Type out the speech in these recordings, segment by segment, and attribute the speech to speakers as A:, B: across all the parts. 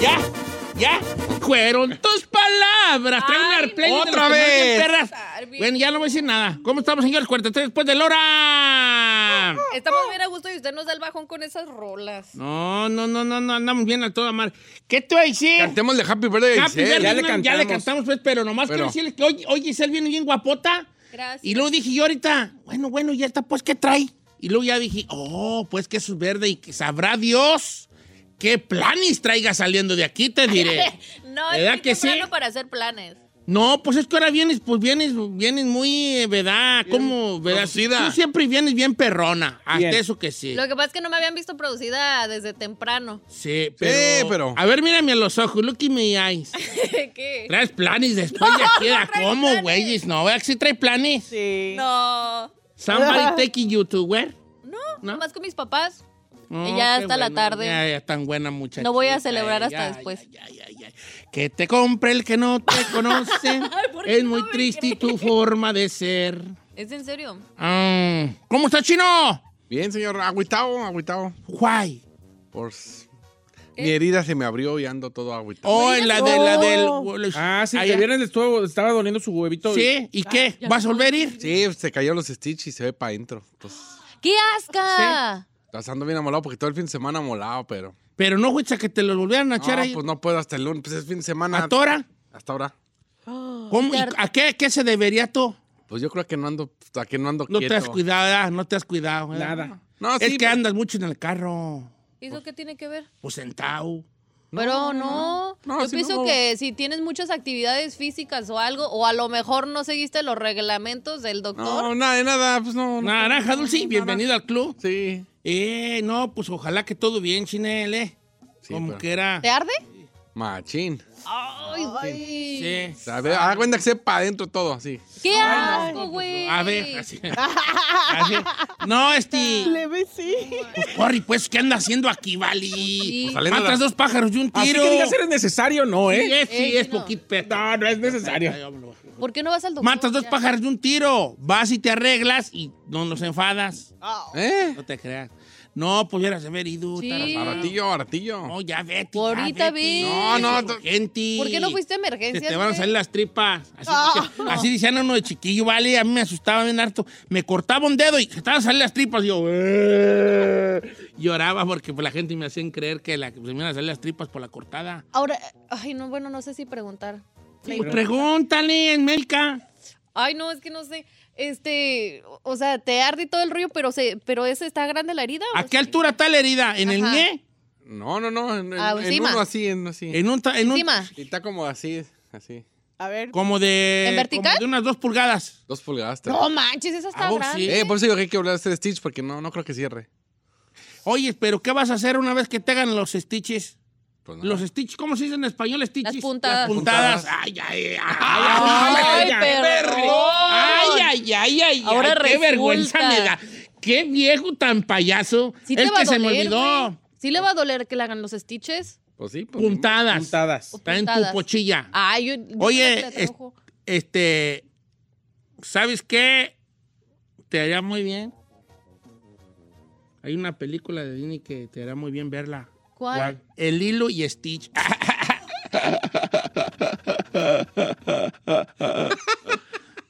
A: Ya, ya. Fueron tus palabras. Trae una
B: Ay,
A: replay de
C: ¡Otra
A: los que no oyen,
C: vez!
A: perras.
B: Estar bien.
A: Bueno, ya no voy a decir nada. ¿Cómo estamos, señores? 43 después de Lora.
B: Estamos bien a gusto y usted nos da el bajón con esas rolas.
A: No, no, no, no, no. Andamos bien a toda madre. ¿Qué te voy a decir?
C: Cantemos de Happy Birthday. a
A: Happy
C: Giselle.
A: birthday, una- ya le cantamos, pues, pero nomás
C: Pero-
A: quiero decirles que hoy, hoy Giselle viene bien guapota.
B: Gracias.
A: Y luego dije yo ahorita, bueno, bueno, ya está, pues, ¿qué trae? Y luego ya dije, oh, pues que eso es verde y que sabrá Dios qué planes traiga saliendo de aquí, te diré.
B: No,
A: ¿Verdad
B: es muy
A: que sí?
B: temprano para hacer planes.
A: No, pues es que ahora vienes, pues vienes, vienes muy, eh, ¿verdad? ¿Cómo, verdad?
C: producida.
A: Tú siempre vienes bien perrona, hasta
D: Bien.
A: eso que sí.
B: Lo que pasa es que no me habían visto producida desde temprano.
A: Sí, pero...
C: pero-
A: A ver, mírame a los ojos, look in my eyes.
B: ¿Qué?
A: ¿Traes planes después de aquí?
B: no
A: ¿a
B: traigo
A: ¿Cómo,
B: planes.
A: güeyes? No, ¿verdad que sí trae planes?
D: Sí.
B: No.
A: Somebody taking you to where?
B: No,
A: ¿No?
B: nomás con mis papás.
A: No,
B: Y ya
A: qué
B: hasta la tarde.
A: Ya, ya tan buena muchacha.
B: No voy a celebrar hasta después.
A: Que te compre el que no te conoce.
B: ¿por qué
A: es
B: no
A: muy
B: me crees?
A: triste tu forma de ser.
B: ¿Es en serio?
A: Ah, ¿Cómo está, chino?
C: Bien, señor. Agüitao, agüitao.
A: Guay.
C: Por... Mi herida se me abrió y ando todo agüitao.
A: Oh, en la de la
D: Oh.
A: del.
D: Ah, sí,
A: Ay,
D: que
A: ya.
D: el viernes le estuvo- estaba doliendo su huevito.
A: Sí, ¿y qué? ¿Vas a volver a ir?
C: Sí, se cayó los stitches y se ve para adentro. Entonces,
B: ¡Qué asca!
C: las ando bien amolado porque todo el fin de semana amolado, pero.
A: Pero no, güey, que te los volvieran a echar
C: Ah,
A: ahí.
C: pues no puedo hasta el lunes. Pues es fin de semana.
A: ¿A Tora?
C: Hasta ahora.
A: ¿Cómo? ¿Y ¿A qué, qué se debería tú?
C: Pues yo creo que no ando. ¿A qué no ando
A: No
C: quieto?
A: te has cuidado, ¿verdad? no te has cuidado. ¿verdad?
D: Nada.
C: No,
A: es
C: sí,
A: que
C: pero-
A: andas mucho en el carro, pues,
B: ¿Y eso qué tiene que ver?
A: o sentado.
B: Pero no,
C: no,
B: yo
C: si
B: pienso
C: no-
B: que si tienes muchas actividades físicas o algo, o a lo mejor no seguiste los reglamentos del doctor.
C: No, nada, de nada. Pues no. no.
A: Naranja Dulce, bienvenido al club.
C: Sí.
A: Eh, no, pues ojalá que todo bien, Chinel, eh.
C: Sí,
A: Como
C: pero-
A: que era.
B: ¿Te arde?
C: Machín.
B: Ay, güey.
A: Sí.
C: O sea, ve- Haga cuenta que se ve para adentro todo, así.
B: ¡Qué asco, güey!
A: A ver, así. Así. No, este.
D: Leve, sí.
A: Pues, Corri, pues, ¿qué anda haciendo aquí, Vali?
C: Pues, saliendo
A: Matas
C: la-
A: dos pájaros y un
D: Así
A: tiro.
D: que digas, eres necesario, no,
A: Sí,
D: ¿eh?
A: es, sí,
B: Eh,
A: es
B: no.
A: poquito. pero-
D: No, no es necesario.
A: Ay, vámonos.
B: ¿Por qué no vas al doctor?
A: Matas dos
B: Ya.
A: pájaros de un tiro. Vas y te arreglas y no nos enfadas.
C: ¿Eh?
A: No te creas. No, pues ya eras haber ido.
B: Sí.
A: taras-
C: Baratillo, baratillo.
A: No, ya vete. ya
B: Ahorita vi.
A: No, no.
C: Eso es
A: Gente.
B: ¿Por qué no fuiste a
A: Se
B: emergencias?
A: te van a
B: güey?
A: salir las tripas. Así,
B: Ah.
A: dice- así decían uno de chiquillo, vale, a mí me asustaba bien harto. Me cortaba un dedo y se estaban saliendo las tripas. Y yo "Eh". lloraba porque pues, la gente me hacían creer que la, que se me iban a salir las tripas por la cortada.
B: Ahora, ay, no, bueno, no sé si preguntar.
A: Pues pregúntale, Melka.
B: Ay, no, es que no sé. Este, o- o sea, te arde y todo el rollo, pero se, pero ese está grande la herida. o
A: ¿A qué
B: sea?
A: altura está la herida? ¿En el
B: Ajá.
A: nie?
C: No, no, no. En, en-
B: Ah,
C: en
B: encima.
C: uno así, en uno así.
A: En un. ta- En un
B: Encima.
C: Y está como así, así.
D: A ver.
A: como de.
B: ¿En vertical?
A: como de unas dos pulgadas.
C: Dos pulgadas. tres.
B: No manches, esa está
A: Ah, oh,
B: grande.
A: sí.
C: Eh, por eso digo que hay que hablar de este Stitch, porque no, no creo que cierre.
A: Oye, pero ¿qué vas a hacer una vez que te hagan los stitches?
C: Pues no.
A: Los stitches, ¿cómo se dice en español stitches?
B: Las puntadas.
A: Las puntadas.
C: Puntadas.
A: Ay, ay, ay.
B: Ay,
A: Ay,
B: perdón.
A: Ay, ay, ay, ay.
B: Ahora
A: ay, Qué
B: resulta.
A: vergüenza me da. Qué viejo tan payaso.
B: Sí te
A: es
B: va
A: que
B: a
A: se me
B: doler,
A: olvidó.
B: güey. Sí le va a doler que le hagan los stitches.
C: Pues sí, pues.
A: Puntadas.
D: Puntadas.
A: Está en tu
B: Puntadas.
A: pochilla.
B: Ay, yo. yo creo
A: Oye,
B: que le
A: es-
B: trajo.
A: este. ¿Sabes qué? Te haría muy bien. Hay una película de Disney que te hará muy bien verla.
B: ¿Cuál?
A: El hilo y Stitch.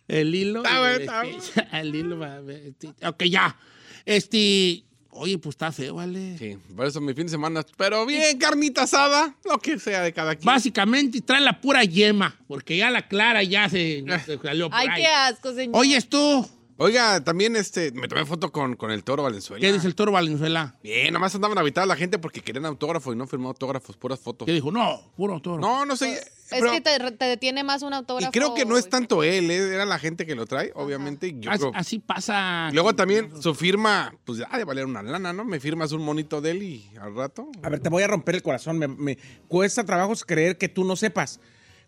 A: El hilo. y
C: Está
A: el
C: bueno, está
A: Stitch. El hilo. va a ver, Stitch. Ok, ya. Este. Oye, pues está feo, vale.
C: Sí, por eso mi fin de semana. Pero bien, carnita asada, lo que sea de cada quien.
A: Básicamente trae la pura yema, porque ya la clara ya se, se salió por
B: Ay,
A: ahí.
B: qué asco, señor.
A: Oyes tú,
C: Oiga, también este, me tomé foto con, con el toro Valenzuela.
A: ¿qué dice el toro Valenzuela?
C: Bien, nomás andaban habitadas la gente porque querían autógrafo y no firmó autógrafos, puras fotos.
A: Que dijo, no, puro toro.
C: No, no sé.
B: Pues es
C: pero-
B: que te, te detiene más un
C: y
B: autógrafo.
C: creo que no es tanto él, eh, era la gente que lo trae, obviamente. y yo
A: As-
C: creo-
A: así pasa.
C: Y Luego también su firma, pues ha de valer una lana, ¿no? Me firmas un monito de él y al rato.
D: A ver, te voy a romper el corazón. Me, me cuesta trabajo creer que tú no sepas.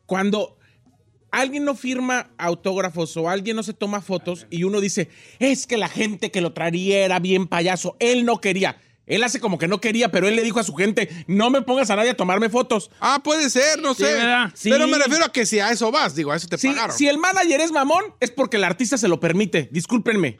D: Cuando alguien no firma autógrafos o alguien no se toma fotos y uno dice, es que la gente que lo traería era bien payaso, él no quería. Él hace como que no quería, pero él le dijo a su gente, no me pongas a nadie a tomarme fotos.
C: Ah, puede ser, no sé.
A: ¿verdad?
D: Sí.
C: Pero me refiero a que si a eso vas, digo, a eso te
D: Si,
C: pagaron.
D: si el manager es mamón, es porque el artista se lo permite. Discúlpenme.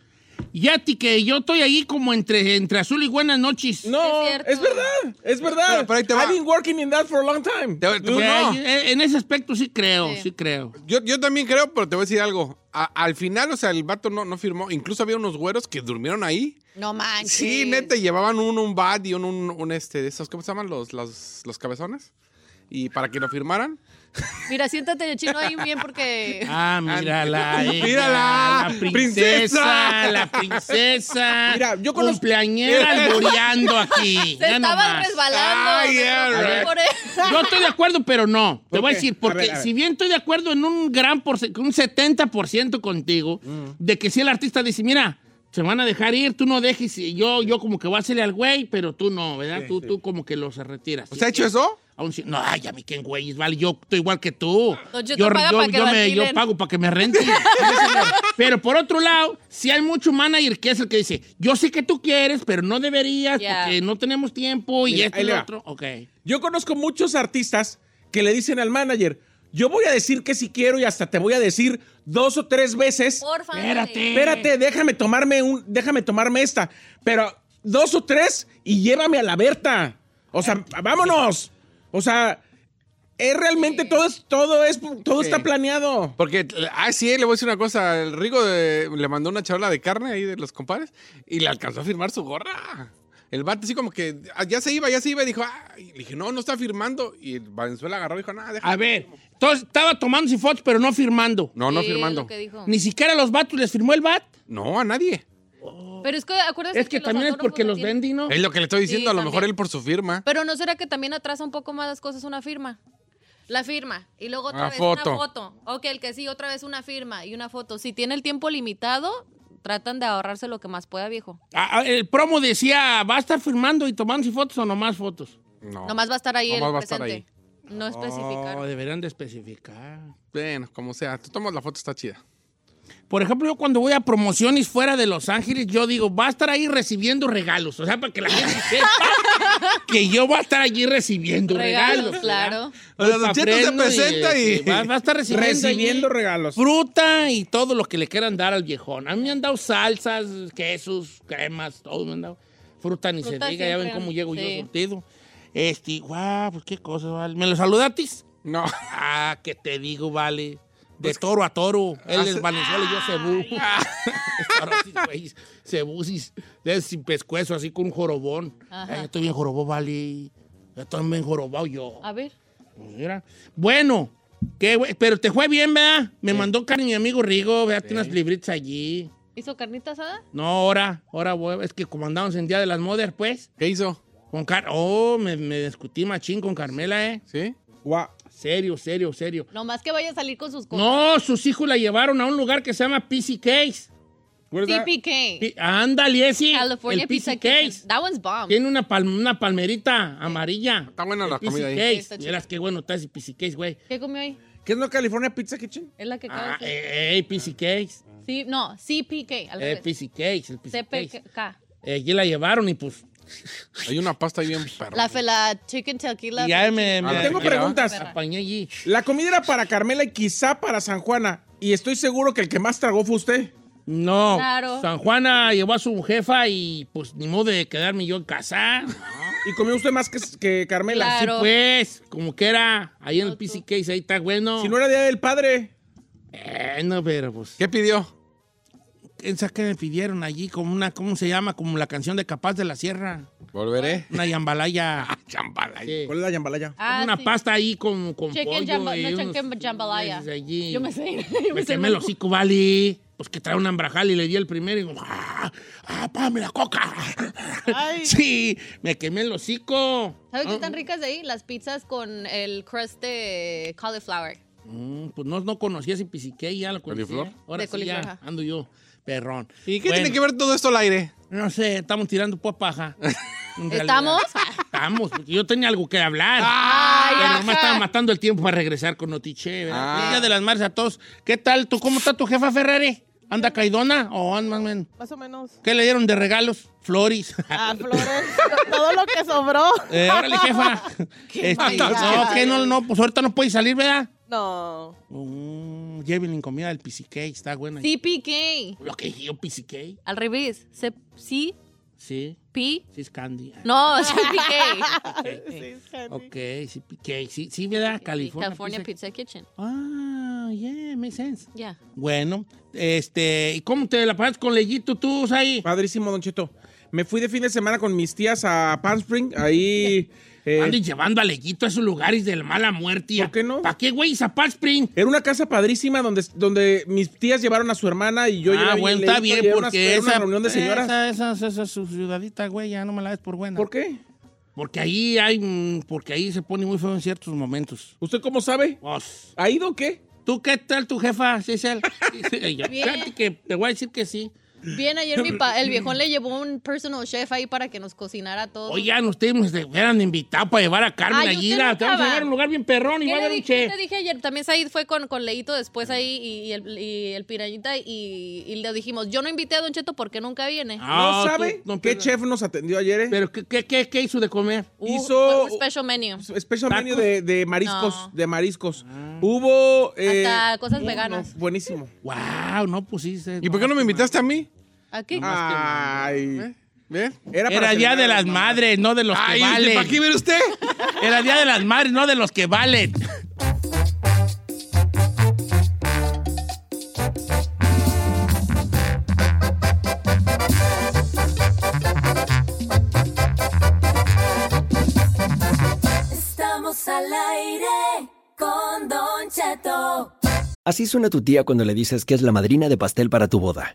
A: Y a ti que yo estoy ahí como entre, entre azul y buenas noches.
D: No, es,
B: Es cierto.
D: verdad, es verdad.
C: Pero- pero ahí te va.
D: I've been working in that for a long time.
C: Te- te-
A: Que
C: pues no.
A: hay- eh, En ese aspecto sí creo, sí,
B: Sí.
A: creo.
C: Yo, yo también creo, pero te voy a decir algo. A- al final, o sea, el vato no, no firmó. Incluso había unos güeros que durmieron ahí.
B: No manches.
C: Sí, neta, llevaban un, un bat y un, un, un, este, de esos, ¿cómo se llaman? Los, los, los cabezones. Y para que lo firmaran.
B: Mira, siéntate de chino ahí bien porque.
A: Ah, mírala.
C: Ah,
A: ella,
C: mírala,
A: La princesa,
C: princesa.
A: la princesa.
D: Mira, yo conozco-
A: Cumpleañera alboreando aquí.
B: se
A: ya
B: estaba
A: nomás.
B: resbalando.
C: Ah,
B: se
C: yeah,
B: preocupó
C: right.
B: por él.
A: Yo estoy de acuerdo, pero no. Te
D: ¿Por
A: voy a
D: qué?
A: decir,
D: A
A: porque
D: ver, a ver.
A: si bien estoy de acuerdo en un gran porcentaje, un 70% contigo,
D: Mm.
A: de que si el artista dice, mira, se van a dejar ir, tú no dejes, y yo, yo como que voy a hacerle al güey, pero tú no, ¿verdad? tú, tú como que los retiras.
C: ¿Usted Pues ha hecho eso?
A: Aún si- no, ay, a mí quién güey, vale, yo estoy igual que tú.
B: Don Cheto paga para que
A: yo
B: lo
A: me- yo
B: alquilen.
A: pago para que me renten. Sí, señor. pero por otro lado, si hay mucho manager que es el que dice, yo sé que tú quieres, pero no deberías
B: Ya.
A: porque no tenemos tiempo y
D: Mira,
A: esto
D: ahí
A: y
D: le
A: lo
D: va.
A: otro. Ok.
D: Yo conozco muchos artistas que le dicen al manager, yo voy a decir que si quiero y hasta te voy a decir dos o tres veces,
B: Por favor.
A: Espérate.
D: espérate, déjame tomarme un, déjame tomarme esta, pero dos o tres y llévame a la Berta. O sea, vámonos. O sea, es realmente todo es todo es todo está planeado.
C: Porque, ah, sí, le voy a decir una cosa. El Rigo de- le mandó una charola de carne ahí de los compadres y le alcanzó a firmar su gorra. El vato así como que ah, ya se iba, ya se iba y dijo, ah, y le dije, no, no está firmando. Y el Valenzuela agarró y dijo, nada, deja.
A: A ver, entonces estaba tomándose fotos, pero no firmando.
C: No, no
B: Ah, Sí,
C: firmando.
B: lo que dijo.
A: Ni siquiera a los vatos les firmó el VAT.
C: No, a nadie.
B: Pero es que acuérdate
A: Es que,
B: los
A: también es
B: autógrafos
A: porque
B: no
A: los
B: tienen-
A: vendí, ¿no?
C: Es lo que le estoy diciendo, a lo mejor
B: también.
C: él por su firma.
B: Pero no será que también atrasa un poco más las cosas una firma. La firma y luego otra
C: Una
B: vez
C: foto.
B: una foto. Ok, el que sí, otra vez una firma y una foto. Si tiene el tiempo limitado, tratan de ahorrarse lo que más pueda, viejo.
A: Ah, ah, el promo decía, ¿va a estar firmando y tomándose fotos o nomás fotos?
C: No.
B: Nomás va a estar ahí
C: Nomás
B: el
C: va a estar
B: presente. No especificar.
A: Oh, deberían de especificar.
C: Bueno, como sea, tú tomas la foto, está chida.
A: Por ejemplo, yo cuando voy a promociones fuera de Los Ángeles, yo digo, va a estar ahí recibiendo regalos. O sea, para que la gente sepa que yo voy a estar allí recibiendo regalos.
B: Regalos,
A: ¿verdad?
B: claro.
C: O sea,
A: Voy
C: Don
A: pa'
C: Cheto se
A: Fresno
C: presenta y-
A: este, Va, va a estar recibiendo,
D: Recibiendo
A: allí
D: regalos.
A: Fruta y todo lo que le quieran dar al viejón. A mí me han dado salsas, quesos, cremas, todo me han dado. Fruta ni
B: Fruta
A: se diga, ya ven
B: siempre,
A: cómo llego yo
B: sí.
A: surtido. Este, guau, pues qué cosa, vale. ¿Me lo saludatis?
C: No.
A: Ah, que te digo, vale. De toro a toro. Él es Valenzuela y yo cebú. Torosis, güey, Cebusis. De esos sin pescuezo, así con un jorobón.
B: Ajá.
A: Ay, yo estoy bien jorobó, vale. Ya estoy bien jorobado yo.
B: A ver.
A: Pues mira. Bueno, qué güey, pero te fue bien, ¿verdad? Me mandó cariño mi amigo Rigo, ¿verdad? Tiene unas libritas allí.
B: ¿Hizo carnita asada?
A: No, ahora, ahora voy. Es que como andamos en Día de las Mothers, pues.
C: ¿Qué hizo?
A: Con Car oh, me, me discutí machín con Carmela, ¿eh?
C: ¿Sí?
D: Guau.
A: Serio, serio, serio.
B: Nomás que vaya a salir con sus cosas.
A: No, sus hijos la llevaron a un lugar que se llama PC Case.
D: ¿Verdad?
B: TPK.
A: Pi- Ándale, ese.
B: California
A: el
B: Pizza
A: PC
B: Kitchen.
A: Case.
B: That one's bomb.
A: Tiene una, palm- una palmerita amarilla.
C: Está buena la
A: El PC
C: comida ahí.
A: Case.
B: Está chido.
A: Vieras qué bueno está ese PC Case, güey.
B: ¿Qué comió ahí?
D: ¿Qué es no California Pizza Kitchen?
B: Es la que acabo
A: Ah,
B: de decir.
A: eh, eh, PC Case.
B: Sí, no, CPK. Al
A: Eh,
B: revés.
A: PC Case, el PC Case.
B: CPK.
A: Eh, allí la llevaron y pues.
C: Hay una pasta ahí bien perro.
B: La, fe- la chicken tequila.
A: y ya me. me-
C: Ah,
D: Tengo
A: me-
D: preguntas.
A: Apañé allí.
D: La comida era para Carmela y quizá para San Juana. Y estoy seguro que el que más tragó fue usted.
A: No.
B: Claro.
A: San Juana llevó a su jefa y pues ni modo de quedarme yo en casa.
D: Y comió usted más que, que Carmela.
B: Claro.
A: Así pues, como que era. Ahí en el PC Case, ahí está bueno.
D: Si, si no era Día del Padre.
A: Bueno, pero pues.
C: ¿Qué pidió?
A: esa que me pidieron allí, como una, ¿cómo se llama? Como la canción de Capaz de la Sierra.
C: Volveré.
A: Una yambalaya.
C: Chambalay.
A: Sí.
D: ¿Cuál es la yambalaya?
B: Ah,
A: una
B: sí.
A: pasta ahí con, con
B: Chicken
A: pollo.
B: jamba-
A: y
B: no,
A: unos-
B: chicken jambalaya.
A: desde allí.
B: Yo me sé. Yo
A: Me
B: me sé.
A: quemé el hocico, vale. Pues que trae un ambrajal y le di el primero y digo, ¡ah! ¡Ah, págame la coca!
B: Ay.
A: sí, me quemé el hocico.
B: ¿Sabes qué
A: Ah,
B: están ricas de ahí? Las pizzas con el crust de cauliflower.
A: mm, pues no, no conocía ese pisiqué y ya lo conocía.
C: ¿Coliflor?
A: Ahora
B: De
A: sí
B: coliflor,
A: ya
B: ajá.
A: ando yo, perrón.
C: ¿Y qué
A: Bueno,
C: tiene que ver todo esto al aire?
A: No sé, estamos tirando pua paja. En realidad.
B: ¿Estamos?
A: Estamos, porque yo tenía algo que hablar.
B: Ay,
A: Pero
B: ajá.
A: nomás estaba matando el tiempo para regresar con Notiche. ¿verdad?
C: Ah.
A: Día de las Mares a todos. ¿Qué tal? ¿Tú cómo está tu jefa Ferrari? ¿Anda caidona o anda más o menos?
E: Más o menos.
A: ¿Qué le dieron de regalos? Floris.
E: A flores. Todo lo que sobró.
A: Eh, órale, jefa. Este, no,
E: maldad.
A: que no, no, pues ahorita no puede salir, ¿verdad?
E: No.
A: Mm, Lleven comida del pisiquey, está buena.
B: CPK.
A: Lo que dije yo, pisiquey.
B: Al revés. C C
A: Sí,
B: P.
A: sí es candy. Ah,
B: No, CPK.
E: Sí, Sandy.
A: Ok, sí, piqué, sí, sí, ¿verdad? California.
B: California
A: pizza.
B: Pizza Kitchen.
A: Ah, yeah, makes sense.
B: Ya.
A: Bueno, este, ¿y cómo te la pasas con Leyito tú, Sai?
D: Padrísimo, Don Cheto. Me fui de fin de semana con mis tías a Palm Spring, ahí... eh,
A: Andan llevando a Leyito a esos lugares de la mala muerte.
D: ¿Por qué no?
A: ¿Para qué, güey? Zapal Spring.
D: Era una casa padrísima donde, donde mis tías llevaron a su hermana y yo llevé a
A: ah,
D: mi
A: bueno, está
D: leíto,
A: bien,
D: y era una-
A: porque
D: era
A: esa,
D: una reunión de señoras.
A: Esa, esa, esa, esa es su ciudadita, güey, ya no me la des por buena.
D: ¿Por qué?
A: Porque ahí hay, mm, porque ahí se pone muy feo en ciertos momentos.
D: ¿Usted cómo sabe?
A: Vos.
D: ¿Ha ido o qué?
A: ¿Tú qué tal tu jefa, César? Sí, sí, yo,
B: Bien.
A: fíjate que te voy a decir que sí.
B: Bien, ayer mi pa- el viejón le llevó un personal chef ahí para que nos cocinara todo.
A: Oigan, ustedes me hubieran invitado para llevar a Carmen
B: Ay,
A: allí.
B: usted
A: la-
B: nunca
A: Vamos a
B: va.
A: llevar a un lugar bien perrón y
B: ¿Qué
A: va a
B: le
A: haber un
B: dije,
A: che.
B: qué te dije ayer? También Said fue con, con Leito después ahí y, y el, y el pirañita y, y le dijimos, yo no invité a Don Cheto porque nunca viene.
A: Ah,
D: ¿No sabe
A: tú- no,
D: qué
A: pero-
D: chef nos atendió ayer? eh?
A: ¿Pero qué, qué, qué, qué hizo de comer?
B: Uh,
D: hizo-
B: un special menu.
D: Special
A: ¿Tacos? Ah.
D: menu de, de mariscos,
B: No.
D: de mariscos. Hubo... eh,
B: Hasta cosas veganas.
D: buenísimo.
A: Wow, no pusiste.
C: ¿Y por qué no me invitaste a mí?
B: ¿A qué?
D: Ay.
C: ¿Ven?
A: ¿Eh? Era Día de las
D: Madres.
A: Madres, no de los
C: Ay,
A: que valen.
C: ¿para qué ver usted?
A: Era Día de las Madres, no de los que valen.
F: Estamos al aire con Don Cheto.
G: Así suena tu tía cuando le dices que es la madrina de pastel para tu boda.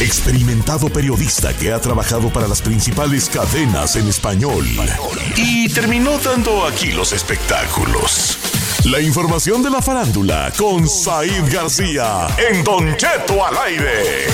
H: Experimentado periodista que ha trabajado para las principales cadenas en español. Y terminó dando aquí los espectáculos. La información de la farándula con Said García en Don Cheto al aire.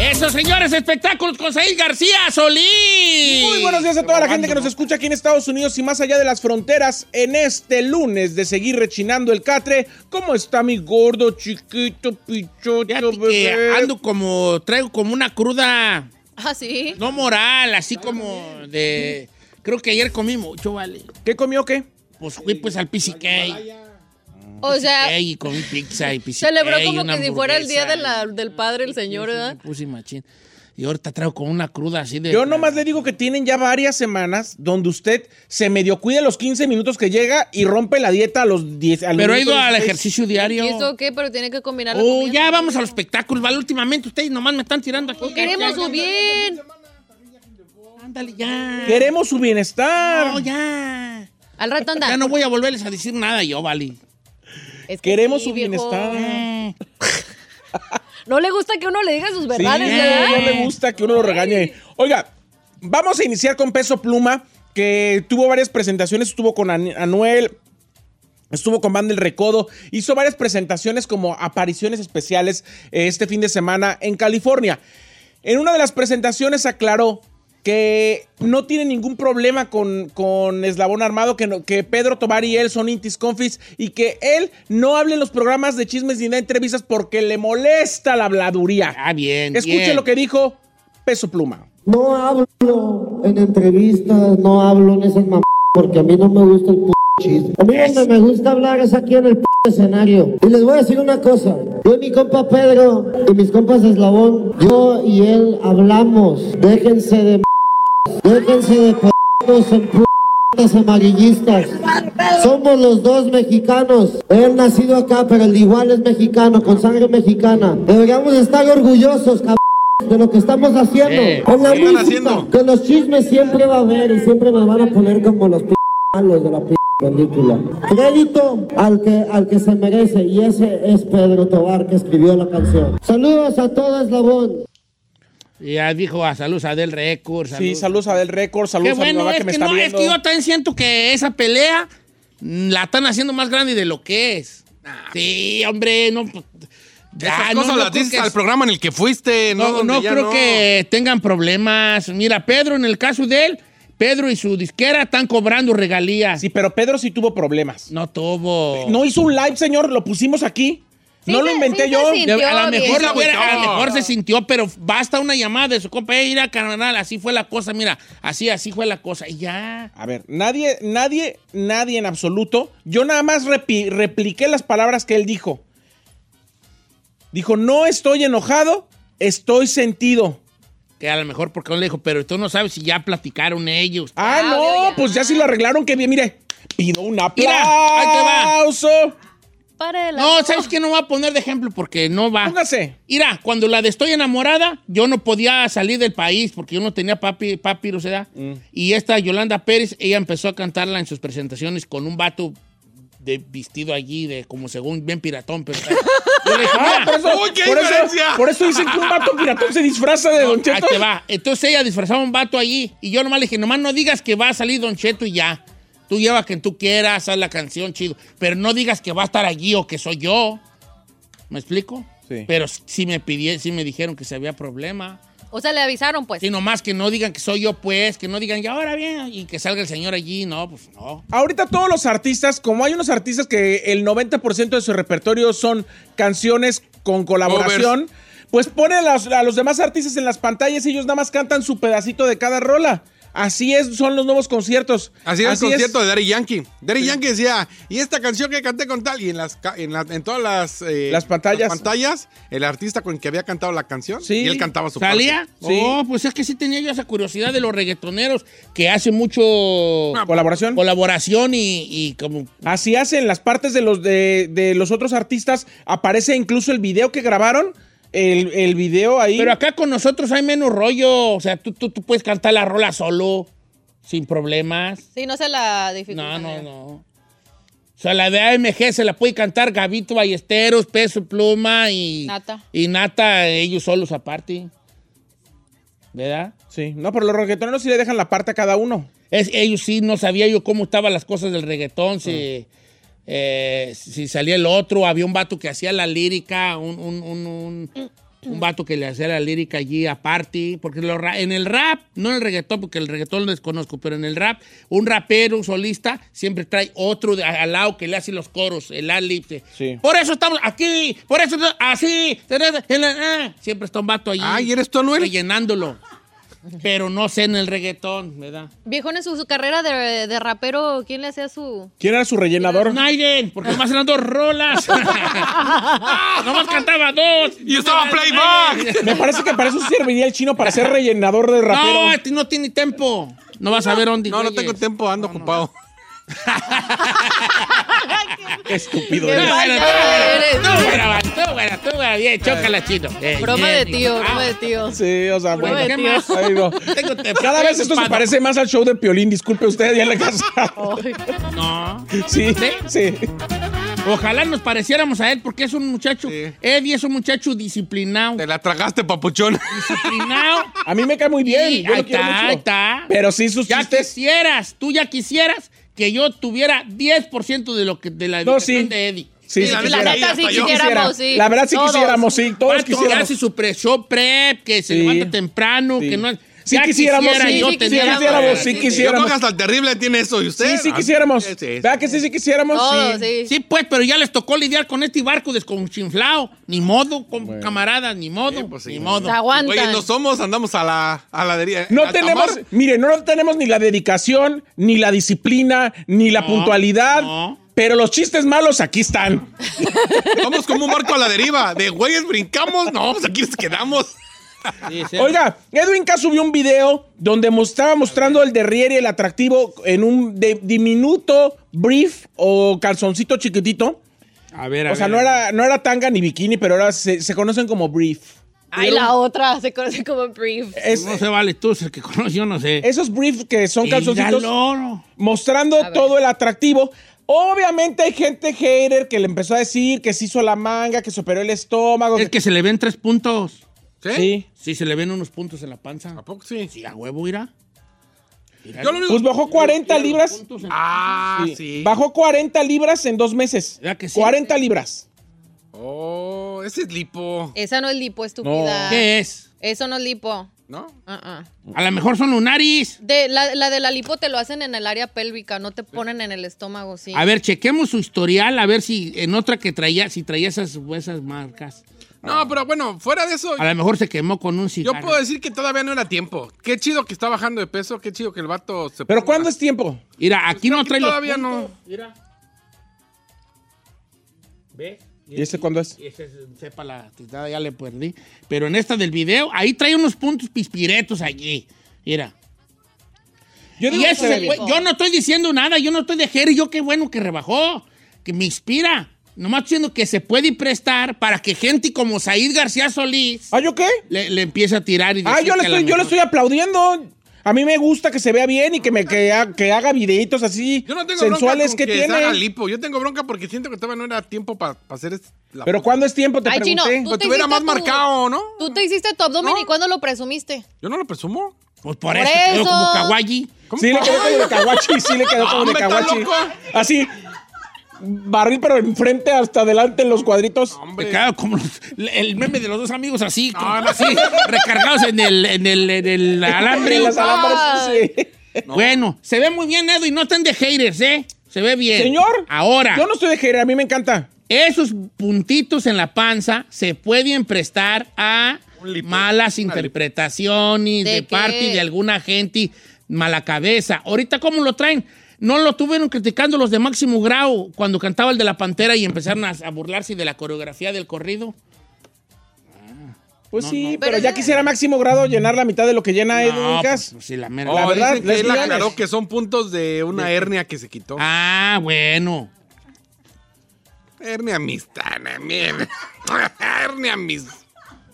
A: Eso, señores, espectáculos con Said García Solís.
D: Muy buenos días a toda la gente que nos escucha aquí en Estados Unidos y más allá de las fronteras en este lunes de seguir rechinando el catre. ¿Cómo está mi gordo, chiquito, pichocho,
A: Fíjate que
D: bebé?
A: ando como, traigo como una cruda,
B: Ah, sí.
A: no moral, así como de, creo que ayer comí mucho, vale.
D: ¿Qué comió qué?
A: Pues fui pues al PCK.
B: O sea,
A: Ey, y comí pizza y piscina.
B: celebró como que si fuera el día de la- del padre el señor, ¿verdad?
A: Puse machín. Y ahorita traigo con una cruda así de.
D: Yo nomás le digo que tienen ya varias semanas donde usted se medio cuida los 15 minutos que llega y rompe la dieta a los 10. al
A: Pero ha
D: minuto
A: ido al
D: 16.
A: ejercicio diario.
B: ¿Y eso qué? Pero tiene que combinar la
A: Oh,
B: comida.
A: ya vamos a los espectáculos, ¿vale? Últimamente ustedes nomás me están tirando aquí.
B: Queremos su bien.
A: Ándale, ya.
D: Queremos su bienestar.
A: No, ya.
B: Al rato anda.
A: Ya no voy a volverles a decir nada yo, Vali.
B: Es que
D: Queremos
B: sí,
D: su
B: viejo.
D: bienestar.
B: No le gusta que uno le diga sus verdades,
D: sí,
B: ¿verdad?
D: no le gusta que uno lo regañe. Oiga, vamos a iniciar con Peso Pluma, que tuvo varias presentaciones, estuvo con An- Anuel. Estuvo con Banda El Recodo, hizo varias presentaciones como apariciones especiales eh, este fin de semana en California. En una de las presentaciones aclaró que no tiene ningún problema con, con Eslabón Armado, que, no- que Pedro Tobar y él son intis confis y que él no hable en los programas de chismes ni de entrevistas porque le molesta la habladuría.
A: Ah, bien.
D: Escuche
A: bien.
D: lo que dijo Peso Pluma.
I: No hablo en entrevistas, no hablo en esas mamás, porque a mí no me gusta el p chiste. A mí donde me gusta hablar es aquí en el p escenario. Y les voy a decir una cosa. Yo y mi compa Pedro y mis compas Eslabón, yo y él hablamos. Déjense de m******, déjense de p en p amarillistas. Somos los dos mexicanos. Él nacido acá, pero el igual es mexicano, con sangre mexicana. Deberíamos estar orgullosos, cabrón de lo que estamos haciendo.
J: Sí,
I: con la
J: ¿qué están
I: música,
J: haciendo?
I: que los chismes siempre va a haber y siempre me van a poner como los p malos de la p película. Crédito al que, al que se merece y ese es Pedro Tobar que escribió la canción. Saludos a todo Eslabón.
A: Ya dijo a saludos a Del Record.
D: Sí, saludos a Del Record, saludos
A: Qué
D: a mi
A: bueno,
D: mamá
A: es
D: que
A: que,
D: me está
A: no, es
D: viendo.
A: que yo también siento que esa pelea mm, la están haciendo más grande de lo que es. sí, hombre, no. pues, ya,
C: Ah. Esas
A: no,
C: cosas
A: no
C: las
A: creo
C: dices
A: que
C: al
A: es-
C: programa en el que fuiste, ¿no?
A: No,
C: Donde
A: no
C: ya
A: creo que tengan problemas. Mira, Pedro, en el caso de él, Pedro y su disquera están cobrando regalías.
D: Sí, pero Pedro sí tuvo problemas.
A: No tuvo.
D: No hizo un live, señor, lo pusimos aquí.
A: Sí
D: no lo
A: se-
D: inventé
A: sí se
D: yo.
A: sintió De- a lo mejor bien. la hubiera- a lo mejor se sintió, pero basta una llamada de su compa, "Ey, mira, carnal, así fue la cosa, mira, así, así fue la cosa, y ya.
D: A ver, nadie, nadie, nadie en absoluto. Yo nada más repi- repliqué las palabras que él dijo. Dijo, no estoy enojado, estoy sentido.
A: Que a lo mejor porque no le dijo, pero tú no sabes si ya platicaron ellos.
D: Ah, no, pues ya sí lo arreglaron, que bien, mire. Pido un
A: Mira, ahí te va.
D: aplauso.
B: Para el
A: No, ¿sabes qué? No voy a poner de ejemplo porque no va.
D: Póngase.
A: Mira, cuando la de Estoy Enamorada, yo no podía salir del país porque yo no tenía papi, papi, o sea,
D: Mm.
A: y esta Yolanda Pérez, ella empezó a cantarla en sus presentaciones con un vato de vestido allí, de como según bien piratón, pero... Yo le dije,
D: Ah,
A: "Mira,
D: por, eso, por, eso, por eso dicen que un vato piratón se disfraza de Don
A: Ahí
D: Cheto.
A: te va. Entonces ella disfrazaba a un vato allí. Y yo nomás le dije, nomás no digas que va a salir Don Cheto y ya. Tú lleva a quien tú quieras, haz la canción, chido. Pero no digas que va a estar allí o que soy yo. ¿Me explico?
D: Sí.
A: Pero si me pidieron, si me dijeron que se había problema.
B: O sea, le avisaron, pues.
A: Si nomás que no digan que soy yo, pues, que no digan, y ahora bien, y que salga el señor allí, no, pues no.
D: Ahorita todos los artistas, como hay unos artistas que el 90% de su repertorio son canciones con colaboración, pues ponen a los, a los demás artistas en las pantallas y ellos nada más cantan su pedacito de cada rola. Así es, son los nuevos conciertos.
C: Así era el
D: es.
C: concierto de Daddy Yankee. Daddy Yankee decía, y esta canción que canté con tal, y en las ca- en, la- en todas las, eh,
D: Las pantallas.
C: las pantallas, el artista con el que había cantado la canción, y él cantaba su
A: ¿Salía?
C: parte.
A: Sí. pues es que sí tenía yo esa curiosidad de los reggaetoneros que hacen mucho...
C: Ah,
D: Colaboración.
A: Colaboración y, y como...
D: Así hacen las partes de los, de, de los otros artistas. Aparece incluso el video que grabaron, el, el video ahí.
A: Pero acá con nosotros hay menos rollo. O sea, tú, tú, tú puedes cantar la rola solo, sin problemas.
B: Sí, no se la dificulta.
A: No, no, no. O sea, la de AMG se la puede cantar Gabito Ballesteros, Peso Pluma y
B: Nata.
A: y Nata, ellos solos aparte. ¿Verdad?
D: Sí, no, pero los reggaetoneros sí le dejan la parte a cada uno.
A: Es, ellos sí, no sabía yo cómo estaban las cosas del reggaetón, si,
C: Mm.
A: eh, si salía el otro, había un vato que hacía la lírica, un, un, un- un- un vato que le hacía la lírica allí aparte, porque lo ra- en el rap, no en el reggaetón, porque el reggaetón lo desconozco, pero en el rap, un rapero, un solista, siempre trae otro de- al lado que le hace los coros, el alipse.
D: Sí.
A: Por eso estamos aquí, por eso así, siempre está un vato allí.
C: Ah, ¿y eres tú, Anuel?
A: Rellenándolo. pero no sé en el reggaetón, ¿verdad?
B: Viejón, en su, su carrera de, de rapero, ¿quién le hacía su...?
D: ¿Quién era su rellenador?
A: Naiden, porque nomás eran dos rolas. nomás cantaba dos.
C: Y estaba playback.
D: Me parece que para eso serviría el chino para ser rellenador de rapero.
A: No, este no tiene tiempo. No vas a ver dónde.
C: No, no tengo tiempo, ando ocupado.
D: Qué estúpido.
A: No,
D: eres.
A: bueno, tú,
B: eres.
A: bueno, tú, bueno, tú, bueno, tú, bueno, bien, chócala, chino. Eh,
B: Broma de
A: bien,
B: tío,
A: hijo.
B: broma de tío.
D: Sí, o sea, bueno.
B: Broma de
A: ¿Qué
B: tío.
A: más?
D: Ahí no.
A: Tengo tiempo.
D: Cada vez esto se
A: Ocupado.
D: parece más al show de Piolín, disculpe usted, ya en la casa.
A: Oh. No.
D: Sí, sí.
A: Ojalá nos pareciéramos a él, porque es un muchacho.
C: Sí.
A: Eddie es un muchacho disciplinado.
C: Te la tragaste, papuchón.
A: Disciplinado.
D: A mí me cae muy bien.
A: Sí,
D: yo lo
A: ahí
D: quiero
A: está,
D: mucho.
A: ahí está.
D: Pero sí, sus
A: Ya
D: chistes.
A: quisieras, tú ya quisieras que yo tuviera 10% de lo que de la
D: No,
A: educación
D: sí.
A: de Eddie.
D: Sí,
C: Sí,
D: sí
C: la
B: La
D: quisiera.
B: neta,
C: hasta
B: sí
C: yo
D: Sí
B: quisiéramos,
D: quisiera.
B: sí.
D: La verdad sí
B: Todos.
D: quisiéramos, sí. Todos
A: Pato, que
D: quisiéramos.
A: hace su precio prep, que se
D: Sí.
A: levanta temprano,
D: Sí.
A: que no.
D: Sí
A: ya
D: quisiéramos,
A: quisiera
D: sí,
A: yo
B: sí
A: tener-
B: quisiéramos,
D: quisiéramos, sí
B: Sí,
C: Yo creo que
D: quisiéramos.
C: hasta el terrible tiene eso. ¿Y usted?
D: Sí, sí
C: Ah,
D: quisiéramos.
C: sí, sí.
D: ¿Verdad que sí, sí quisiéramos?
B: Todos,
D: Sí.
B: sí.
A: Sí, pues, pero ya les tocó lidiar con este barco desconchinflado. Ni modo, con camaradas, ni modo.
C: Eh, pues sí.
A: ni modo.
B: Se aguantan.
C: Oye, no somos, andamos a la, a la deriva.
D: No
C: Al
D: tenemos,
C: tamar.
D: mire, no tenemos ni la dedicación, ni la disciplina, ni la
A: No,
D: puntualidad,
A: no.
D: pero los chistes malos aquí están.
C: Vamos como un barco a la deriva. De güeyes brincamos. No, pues aquí nos quedamos.
A: Sí, sí.
D: Oiga, Edwin K subió un video donde mo- estaba mostrando el derrier y el atractivo en un de- diminuto brief o calzoncito chiquitito.
A: A ver, a
D: O sea,
A: ver,
D: no
A: a ver.
D: era, no era tanga ni bikini, pero ahora se, se conocen como brief.
B: Ay, la otra se conoce como brief.
D: Es-
A: no se vale tú, es el que conoce, yo no sé.
D: esos briefs que son calzoncitos
A: Míralo.
D: mostrando
B: ver.
D: todo el atractivo. Obviamente hay gente hater que le empezó a decir que se hizo la manga, que se operó el estómago.
A: Es que se le ven tres puntos.
D: Sí.
A: Sí, se le ven unos puntos en la panza.
C: ¿A poco sí?
A: Sí, a huevo, irá.
C: Ah, Yo lo único.
D: Pues bajó 40 libras.
C: Ah,
D: Sí.
C: sí.
D: Bajó 40 libras en dos meses.
A: ¿Verdad que sí?
D: 40 libras.
C: Oh, ese es lipo.
B: Esa no es lipo, estúpida.
A: ¿Qué es?
B: Eso no es lipo.
C: ¿No?
B: Ah, ah.
A: A lo mejor son lunaris.
B: De, la, la de la lipo te lo hacen en el área pélvica, no te ponen en el estómago, sí.
A: A ver, chequemos su historial, a ver si en otra que traía, si traía esas, esas marcas.
D: Ah.
C: No, pero bueno, fuera de eso,
A: A lo mejor se quemó con un
C: yo
A: cigarro.
C: puedo decir que todavía no era tiempo. Qué chido que está bajando de peso, qué chido que el vato se
D: Pero
C: ponga-
D: ¿cuándo es tiempo?
A: Mira, aquí no
C: Aquí
A: trae los
C: todavía
A: puntos.
C: no.
A: Mira. ¿Ve?
D: ¿Y este cuándo es?
A: Y ese es- sepa la titada, ya le perdí. Pero en esta del video, ahí trae unos puntos pispiretos allí. Mira.
D: Yo
A: Y
D: que
A: eso
D: se
A: se
D: ve-
A: fue. Yo no estoy diciendo nada, yo no estoy de y yo qué bueno que rebajó, que me inspira. Nomás estoy diciendo que se puede prestar para que gente como Said García Solís
D: ¿Ah, yo qué?
A: le, le empiece a tirar y
D: Ah,
A: decir
D: yo le
A: que a lo
D: estoy, yo le
A: mejor-
D: estoy aplaudiendo. A mí me gusta que se vea bien y que me que, ha- que haga videitos así
C: Yo no tengo
D: sensuales
C: bronca
D: que,
C: con que, se haga
D: tiene.
C: lipo. Yo tengo bronca porque siento que todavía no era tiempo para hacer es- la
D: Pero ¿cuándo es tiempo? Te
B: Ay, chino,
D: pregunté.
B: tú
C: Pues
B: te
C: tuviera
B: hiciste
C: más
B: tu-
C: marcado, ¿no?
B: Tú te hiciste tu abdomen
C: No.
B: y ¿cuándo lo presumiste?
C: Yo no lo presumo.
A: Pues por,
B: Por
A: eso, te quedó
B: eso.
A: como kawaii.
C: ¿Cómo
D: Sí le
C: pa-
D: quedó como de caguachi, sí le quedó como de
C: Hombre, está
D: caguachi.
C: loco.
D: Así, barril pero enfrente hasta adelante en los cuadritos.
A: Me
C: Hombre.
A: cago como los- el meme de los dos amigos así, como así, recargados en el, en el, en el alambre.
D: En las alambres, sí.
A: Bueno, se ve muy bien, Edu, y no están de haters, ¿eh? Se ve bien.
D: Señor,
A: Ahora,
D: Yo no estoy de hater, a mí me encanta.
A: esos puntitos en la panza se pueden prestar a
C: Un lipo.
A: malas
C: Una lipo.
A: interpretaciones de,
B: ¿De qué?
A: parte de alguna gente mala cabeza. Ahorita, ¿cómo lo traen? No lo tuvieron criticando los de Máximo Grau cuando cantaba el de la Pantera y empezaron a, a burlarse de la coreografía del corrido.
D: Pues
A: No,
D: sí,
A: no.
D: pero
B: Pero
D: ya
B: ese-
D: quisiera máximo grado llenar la mitad de lo que llena Edwin
A: No,
D: Cas.
A: pues, sí, la mera-
C: Oh,
D: La verdad,
C: dicen que él
D: lesbianas.
C: aclaró que son puntos de una hernia que se quitó.
A: Ah, bueno.
C: Hernia amistana, mierda. Hernia mis.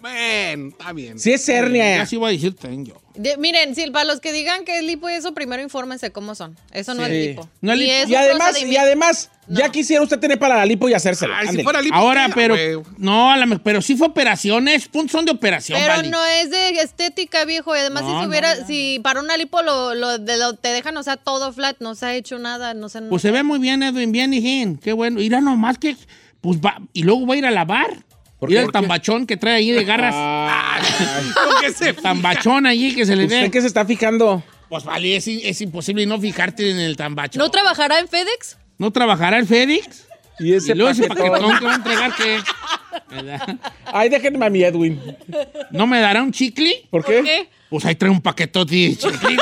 C: Bueno, está bien.
D: Sí es hernia.
A: Así voy a decir también yo.
B: De- miren, si, para los que digan que es lipo y eso, primero infórmense cómo son. Eso no
D: Sí.
B: es lipo.
A: No es lipo.
B: es
D: Y
B: un
D: además, y
B: procedimiento.
D: además,
B: No.
D: ya quisiera usted tener para la lipo y hacérsela.
C: Ay,
D: Ándele.
C: si fuera lipo,
A: Ahora,
C: ya,
A: pero.
C: güey.
A: No, a la me- pero sí fue operaciones. Puntos son de operación,
B: Pero
A: vale.
B: no es de estética, viejo. Y además,
A: No,
B: si
A: no,
B: se hubiera,
A: no.
B: si para una lipo lo, lo- de- lo- te dejan, o sea, todo flat, no se ha hecho nada, no se.
A: Pues se ve muy bien, Edwin, bien, hijín. Qué bueno. Irá nomás que. Pues va. Y luego va a ir a lavar. Mira el tambachón que trae ahí de
D: Ah.
A: garras.
C: ¿Con qué se
A: Tambachón allí que se le
D: ¿Usted
A: ve.
D: que se está fijando?
A: Pues vale, es, es imposible no fijarte en el tambachón.
B: ¿No trabajará en FedEx?
A: ¿No trabajará el Fedix?
D: Y ese
A: y luego ese
D: paquetón.
A: paquetón que va a entregar que.
D: Ay, déjenme a mi Edwin.
A: ¿No me dará un chicle?
D: ¿Por
B: qué? ¿Por qué?
A: Pues ahí trae un paquetote de chicle. güey.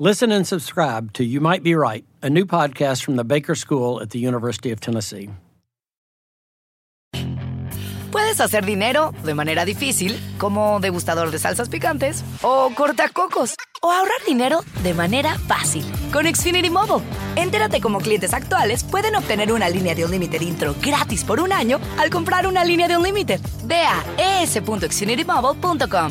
J: Listen and subscribe to You Might Be Right, a new podcast from the Baker School at the University of Tennessee.
K: Puedes hacer dinero de manera difícil, como degustador de salsas picantes o cortacocos, o ahorrar dinero de manera fácil con Xfinity Mobile. Entérate cómo clientes actuales pueden obtener una línea de un límite intro gratis por un año al comprar una línea de un límite. Ve a es.xfinitymobile.com.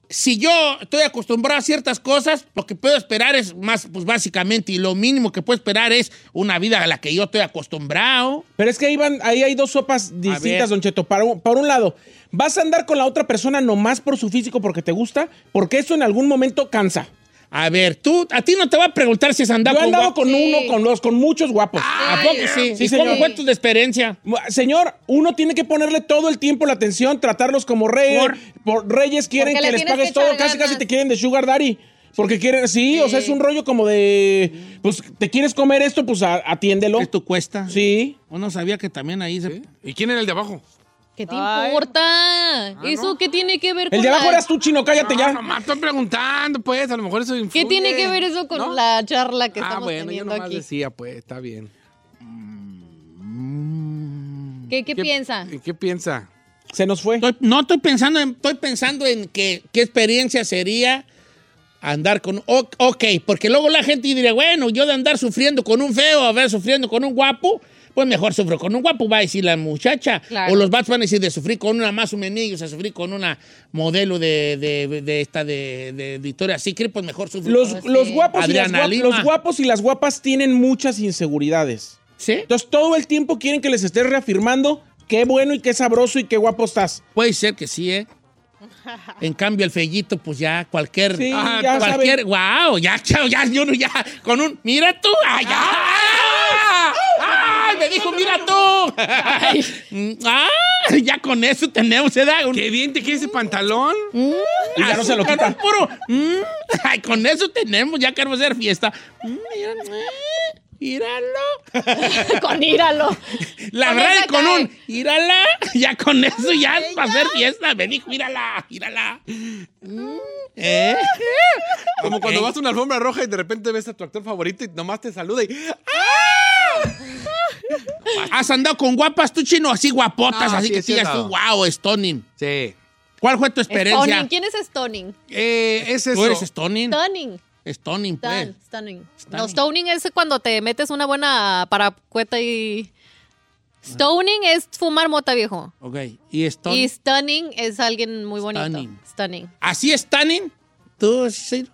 A: Si yo estoy acostumbrado a ciertas cosas, lo que puedo esperar es más, pues básicamente, y lo mínimo que puedo esperar es una vida a la que yo estoy acostumbrado.
D: Pero es que ahí, van- ahí hay dos sopas
A: ver.
D: distintas, Don Cheto. Para un- por un lado, vas a andar con la otra persona nomás por su físico porque te gusta, porque eso en algún momento cansa.
A: A ver, tú, a ti no te va a preguntar si has
D: Yo
A: andado con
D: he andado
A: guapos. Ah,
D: con uno, con dos, con muchos guapos.
A: ¿A poco sí?
D: Sí,
A: ¿Y cómo
D: señor.
A: fue tu experiencia?
D: Señor, uno tiene que ponerle todo el tiempo la atención, tratarlos como reyes. Por reyes quieren
C: Porque
D: que
C: le
D: les
C: tienes
D: pagues
C: que
D: todo,
C: echar
D: casi
C: ganas.
D: casi te quieren de sugar daddy. Porque quieren, sí, o sea, es un rollo como de, pues, te quieres comer esto, pues a- atiéndelo.
A: ¿Esto cuesta?
D: Sí.
A: Uno sabía que también ahí se...
C: ¿Y quién era el de abajo?
B: ¿Qué te importa?
E: Ah,
B: ¿Eso qué tiene que ver con la-
D: tú, chino, cállate
C: ya. Nomás estoy preguntando, pues, a lo mejor eso influye.
B: ¿Qué tiene que ver eso con
C: ¿No?
B: la charla que
C: Ah,
B: estamos
C: bueno, yo
B: teniendo
C: nomás
B: aquí?
C: decía, pues, está bien.
B: ¿Qué, qué, piensa?
C: ¿Qué piensa?
D: Se nos fue.
A: no, estoy pensando en, estoy pensando en que, qué experiencia sería andar con... o- ok, porque luego la gente diría, bueno, yo de andar sufriendo con un feo, a ver, sufriendo con un guapo, pues mejor sufro con un guapo, va a decir la muchacha.
C: Claro.
A: O los vatos van a decir de sufrir con una más o menos, o sea, sufrir con una modelo de, de- de esta de, de Victoria Secret, pues mejor sufro
D: Los,
A: con
D: los guapos y las
A: Adriana
D: guap-
A: Lima.
D: los guapos y las guapas tienen muchas inseguridades.
A: ¿Sí?
D: Entonces todo el tiempo quieren que les estés reafirmando qué bueno y qué sabroso y qué guapo estás.
A: Puede ser que sí, ¿eh? En cambio, el fellito, pues ya cualquier.
D: Sí,
A: Ah,
D: ya
A: cualquier. ¡Wow! Ya, chao, ya, yo no, ya. Con un. ¡Mira tú! ¡Ay, ya! ¡Ay! Me dijo, ¡mira tú! Ay, ¡Ah! Ya con eso tenemos ¿eh? edad. ¡Qué
C: bien te quiere ese pantalón!
A: Y ya no se lo quita. Puro. Mm, Ay, con eso tenemos. Ya queremos hacer fiesta. Mm, ¡Íralo!
B: con íralo.
A: La
B: Con
A: red
B: esa
A: con
B: cae.
A: un. ¡Írala! Ya con eso ya va a hacer fiesta. Me dijo, ¡írala! ¡Írala! ¿Eh?
C: Como
A: Ok.
C: cuando vas a una alfombra roja y de repente ves a tu actor favorito y nomás te saluda y. ah,
A: ¿Has andado con guapas tú, chino? Así guapotas,
C: Ah,
A: así
C: sí,
A: que
C: sí he
A: digas tú,
C: andado.
A: wow, Stoning.
C: Sí.
A: ¿Cuál fue tu
B: Stoning.
A: experiencia?
B: ¿Quién es Stoning?
C: Eh, es
A: ¿Tú eres Stoning?
B: Stoning.
A: Stoning, pues.
B: Stan- Stoning. No, stoning es cuando te metes una buena paracueta y... Stoning es fumar mota, viejo.
A: Ok. ¿Y
B: Y
A: Stoning?
B: stunning es alguien muy bonito. Stunning.
A: ¿Así es Stoning? ¿Tú, sí?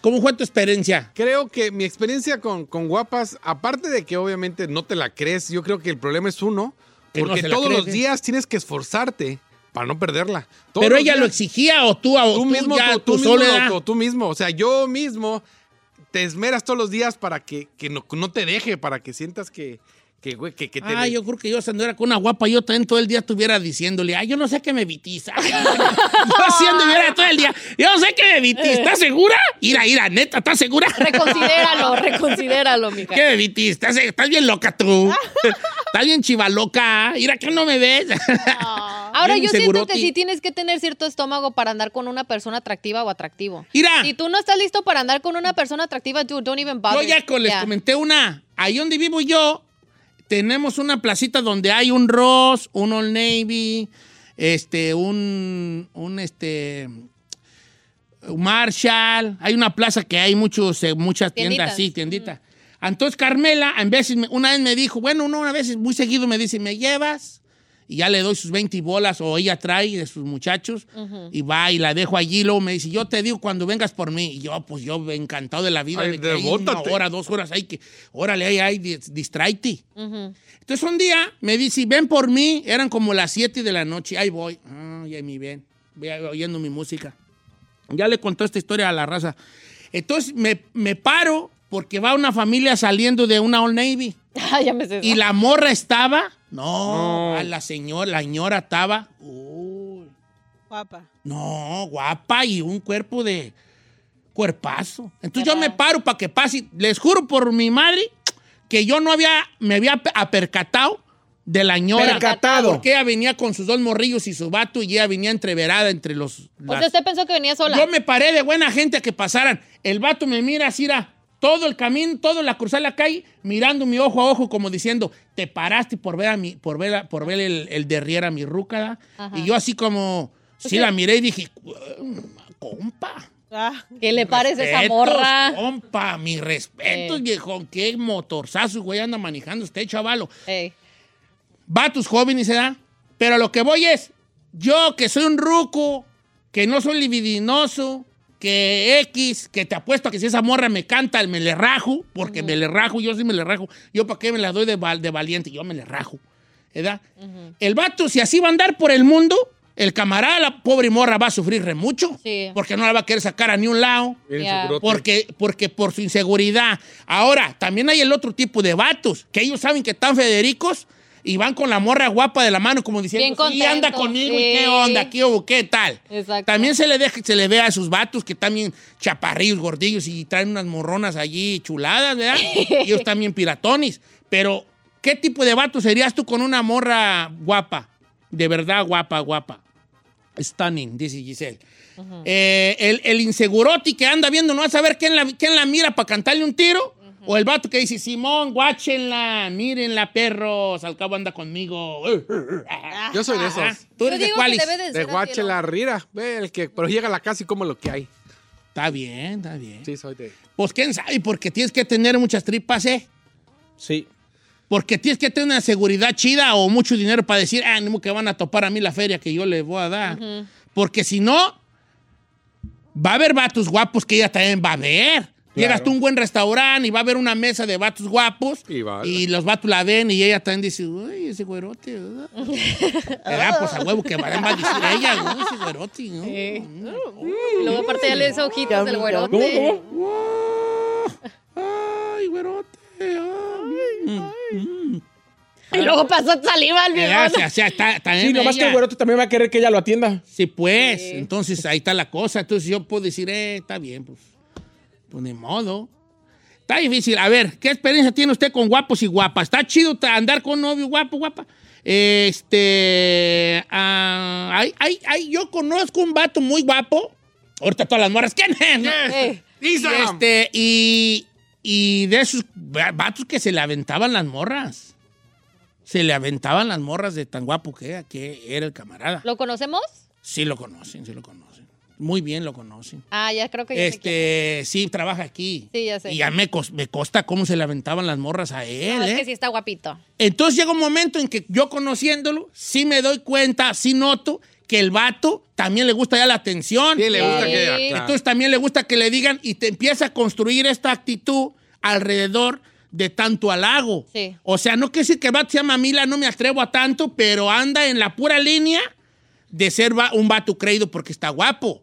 A: ¿Cómo fue tu experiencia?
C: Creo que mi experiencia con, con guapas, aparte de que obviamente no te la crees, yo creo que el problema es uno,
A: Que no
C: porque
A: se la
C: todos
A: cree,
C: los
A: ¿qué?
C: días tienes que esforzarte para no perderla. Todos
A: Pero
C: los
A: ella
C: días-
A: lo exigía o tú, o tú,
C: mismo,
A: ya,
C: tú,
A: tú
C: tú mismo,
A: sola.
C: loco, tú mismo. O sea, yo mismo te esmeras todos los días para que, que no, no te deje, para que sientas que, que, güey, que, que te...
A: Ah, yo creo que yo si anduviera con una guapa, yo también todo el día estuviera diciéndole, ay, yo no sé que me vitiza. yo si anduviera todo el día, yo no sé que me vitiza. ¿Estás segura? Ira, ira, neta, ¿estás segura?
B: Reconsidéralo, reconsidéralo, mija.
A: ¿Qué me vitiza? ¿Estás, estás bien loca tú. estás bien chivaloca. Mira, que no me ves.
B: Ahora
A: Bien
B: yo siento que
A: seguroti.
B: sí tienes que tener cierto estómago para andar con una persona atractiva o atractivo.
A: Mira.
B: Si tú no estás listo para andar con una persona atractiva, dude, don't even
A: Yo
B: bother.
A: ya co- les
B: Yeah.
A: comenté una. Ahí donde vivo yo, tenemos una placita donde hay un Ross, un Old Navy, este, un, un este, un Marshall. Hay una plaza que hay muchos, eh, muchas
L: Tienditas.
A: tiendas, sí, tienditas. Entonces Carmela, en veces, me- una vez me dijo, bueno, no, una vez muy seguido me dice, ¿me llevas? Y ya le doy sus 20 bolas o ella trae de sus muchachos
L: Ujú.
A: y va y la dejo allí. Luego me dice, yo te digo cuando vengas por mí. Y yo, pues yo encantado de la vida.
C: Ay,
A: de que ahí una
C: devótate.
A: hora, dos horas, hay que, órale, ahí, ahí, dis- distráete. Entonces un día me dice, ven por mí, eran como las 7 de la noche, ahí voy, ay, ahí mi ven, voy oyendo mi música. Ya le contó esta historia a la raza. Entonces me, me paro porque va una familia saliendo de una Old Navy.
B: Ah, ya me sé.
A: Y la morra estaba, no, a la señora, la señora estaba,
E: Guapa.
A: no, guapa y un cuerpo de cuerpazo. Entonces yo me paro para que pase. Les juro por mi madre que yo no había, me había pe- apercatado de la ñora.
D: Percatado.
A: Porque ella venía con sus dos morrillos y su vato y ella venía entreverada entre los...
B: O
A: las-
B: sea, usted pensó que venía sola.
A: Yo me paré de buena gente a que pasaran. El vato me mira así, era, todo el camino, todo la cruzar la calle, mirando mi ojo a ojo como diciendo, te paraste por ver a mi, por ver, a- por ver el, el derrier a mi rúcada.
B: Ajá. Pues
A: Y yo así como, sí
B: Ok.
A: la miré y dije,
B: ¿Qué le parece a esa
A: Respetos,
B: morra?
A: Compa, mis respetos,
B: Ey.
A: viejón. Qué motorzazo, güey, anda manejando usted, chavalo. Va a tus jóvenes, ¿verdad? Pero lo que voy es, yo que soy un ruco, que no soy libidinoso, que X, que te apuesto a que si esa morra me canta, me le rajo, porque me le rajo, yo sí me le rajo. Yo para qué me la doy de, val- de valiente, yo me le rajo, ¿verdad? El vato, si así va a andar por el mundo, el camarada, la pobre morra, va a sufrir re mucho.
B: Sí.
A: Porque no la va a querer sacar a ni un lado.
B: Miren su Yeah. brote.
A: Porque, porque por su inseguridad. Ahora, también hay el otro tipo de vatos, que ellos saben que están Federicos y van con la morra guapa de la mano, como
B: Bien
A: diciendo, sí,
B: contento,
A: anda conmigo, ¿y
B: sí.
A: qué onda? ¿Qué hubo? ¿Qué tal?
B: Exacto.
A: También se le, deja, se le ve a sus vatos que también chaparrillos, gordillos y traen unas morronas allí chuladas, ¿verdad? Ellos también piratones. Pero, ¿qué tipo de vato serías tú con una morra guapa? De verdad, guapa, guapa. Stunning, dice Giselle. Eh, el, el inseguroti que anda viendo, no va a saber quién la, quién la mira para cantarle un tiro. O el vato que dice, Simón, guáchenla, mírenla, perros, al cabo anda conmigo.
C: Yo soy de esos.
A: Ajá. ¿Tú eres de cuáles?
C: De guache la rira. Ve, el que, pero llega a la casa y como lo que hay.
A: Está bien, está bien.
C: Sí, soy de...
A: Pues quién sabe, porque tienes que tener muchas tripas, ¿eh?
D: Sí.
A: Porque tienes que tener una seguridad chida o mucho dinero para decir, ah, no, que van a topar a mí la feria que yo les voy a dar. Porque si no, va a haber vatos guapos que ella también va a ver. Llegas tú a un buen restaurante y va a haber una mesa de vatos guapos
C: Y va.
A: y los vatos la ven y ella también dice, uy, ese güerote. ¿verdad?" Era pues a huevo que va va a decir ella, "Uy, ese güerote, ¿no?
B: Y luego aparte ya le hizo ojitos del güerote.
A: Ay, güerote.
B: Y luego pasó saliva al
A: Ella,
B: viejo.
A: o sea, está- también
D: Sí, nomás
A: ella.
D: que el güerote también va a querer que ella lo atienda.
A: Sí, pues, entonces ahí está la cosa. Entonces yo puedo decir, eh, está bien, pues, pues ni modo. Está difícil. A ver, ¿qué experiencia tiene usted con guapos y guapas? ¿Está chido ta- andar con novio guapo, guapa? Este, ah, ay, ay, ay, yo conozco un vato muy guapo. Ahorita todas las morras, ¿quién es? no?
C: Yes.
A: Eh, Y,
C: Instagram.
A: este, y, y de esos va- vatos que se le aventaban las morras. Se le aventaban las morras de tan guapo que era, que era el camarada.
B: ¿Lo conocemos?
A: Sí lo conocen, sí lo conocen. Muy bien lo conocen.
B: Ah, ya creo que ya sé quién.
A: Este, sí, trabaja aquí.
B: Sí, ya sé.
A: Y ya me, cos- me consta cómo se le aventaban las morras a él,
B: No, es
A: ¿eh?
B: que sí está guapito.
A: Entonces llega un momento en que yo conociéndolo, sí me doy cuenta, sí noto que el vato también le gusta ya la atención.
C: Sí, le gusta Sí. que- claro.
A: Entonces también le gusta que le digan y te empieza a construir esta actitud alrededor de tanto halago.
B: Sí.
A: O sea, no quiere decir que el vato sea mamila, no me atrevo a tanto, pero anda en la pura línea de ser va- un vato creído porque está guapo.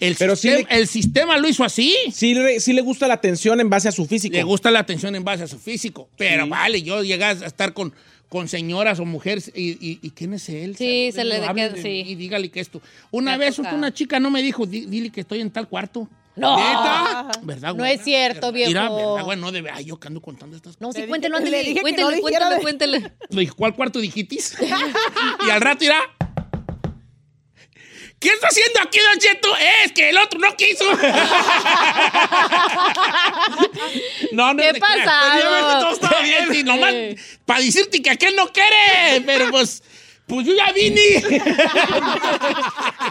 A: El, sistema, el sistema lo hizo así.
D: Sí, le- sí le gusta la atención en base a su físico.
A: Le gusta la atención en base a su físico. Pero vale, yo llegas a estar con, con señoras o mujeres y, y- y ¿quién es él?
B: Sí, se le
A: No,
B: de-
A: hable
B: que-
A: de
B: sí.
A: mí, dígale que esto. Una vez
B: tocado.
A: una chica no me dijo, "Di- dile que estoy en tal cuarto.
B: No.
A: ¿Neta? ¿Verdad,
B: No
A: güey?
B: es cierto, viejo.
A: Mira, ¿verdad, güey? No debe. Ay, yo que ando contando estas
B: No, sí,
A: Le
B: cuéntelo,
A: dije-
B: ándele,
A: le dije que
B: cuéntele,
A: no dijera
B: cuéntele,
A: de-
B: cuéntele.
A: Le dije, ¿cuál cuarto dijitis? y al rato irá. ¿Qué está haciendo aquí, Don Cheto? Es que el otro no quiso. no, no.
B: ¿Qué
A: te creas.
B: pasado?
A: Debí haber dicho, todo estaba bien. Y nomás para decirte que aquel no quiere. Pero pues, pues yo ya vine.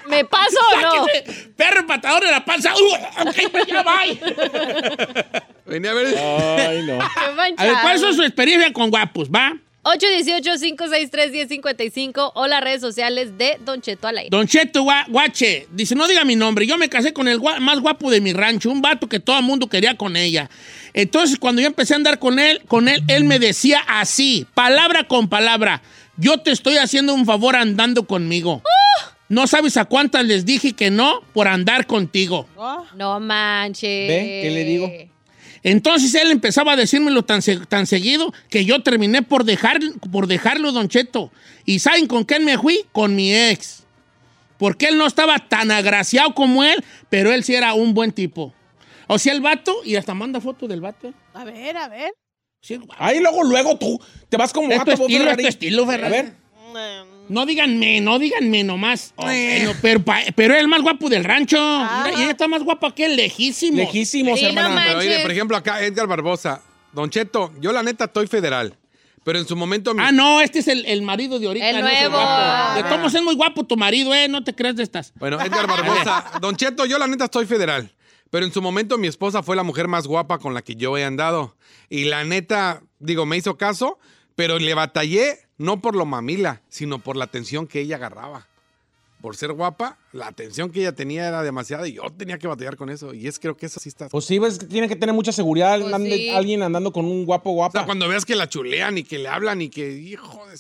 B: ¿Me paso o no?
A: Sáquese, Perro empatador de la panza. Uh, ok, pues ya bye.
C: Venía a ver.
D: Ay, no.
B: Qué
A: A ver,
B: manchado.
A: ¿cuál es su experiencia con guapos? ¿Va?
B: 818-563-1055 o las redes sociales de Don Cheto al aire.
A: Don Cheto Gua- Guache dice, no diga mi nombre, yo me casé con el gua- más guapo de mi rancho, un vato que todo el mundo quería con ella. Entonces, cuando yo empecé a andar con él, con él, él me decía así, palabra con palabra, yo te estoy haciendo un favor andando conmigo. No sabes a cuántas les dije que no por andar contigo.
B: No manches.
A: ¿Ve? ¿Qué le digo? Entonces él empezaba a decírmelo tan, se- tan seguido que yo terminé por, dejar, por dejarlo, Don Cheto. ¿Y saben con quién me fui? Con mi ex. Porque él no estaba tan agraciado como él, pero él sí era un buen tipo. O sea, el vato, y hasta manda fotos del vato. ¿eh?
E: A ver, a ver.
A: Ahí luego, luego tú te vas como
D: gato, Bob
A: estilo, es
D: Ferrari.
A: tu estilo, Ferrari.
D: A ver.
A: No díganme, no díganme nomás. Bueno, pero, pa- pero es el más guapo del rancho. Mira, y ella está más guapa que él, lejísimo.
C: Pero mire, por ejemplo, acá Edgar Barbosa. Don Cheto, yo la neta estoy federal. Pero en su momento. mi-
A: Ah, no, este es el, el marido de ahorita.
B: El
A: no es
B: nuevo.
D: Ah,
A: guapo. De todos modos es muy guapo tu marido, eh. No te creas de estas.
C: Bueno, Edgar Barbosa. Don Cheto, yo la neta estoy federal. Pero en su momento mi esposa fue la mujer más guapa con la que yo he andado. Y la neta, digo, me hizo caso, pero le batallé no por lo mamila, sino por la atención que ella agarraba. Por ser guapa, la atención que ella tenía era demasiada y yo tenía que batallar con eso. Y es creo que eso sí está.
D: Pues sí, ves que tiene que tener mucha seguridad
C: Pues
D: ande-
C: sí.
D: alguien andando con un guapo guapa.
C: Cuando veas que la chulean y que le hablan y que, hijo de.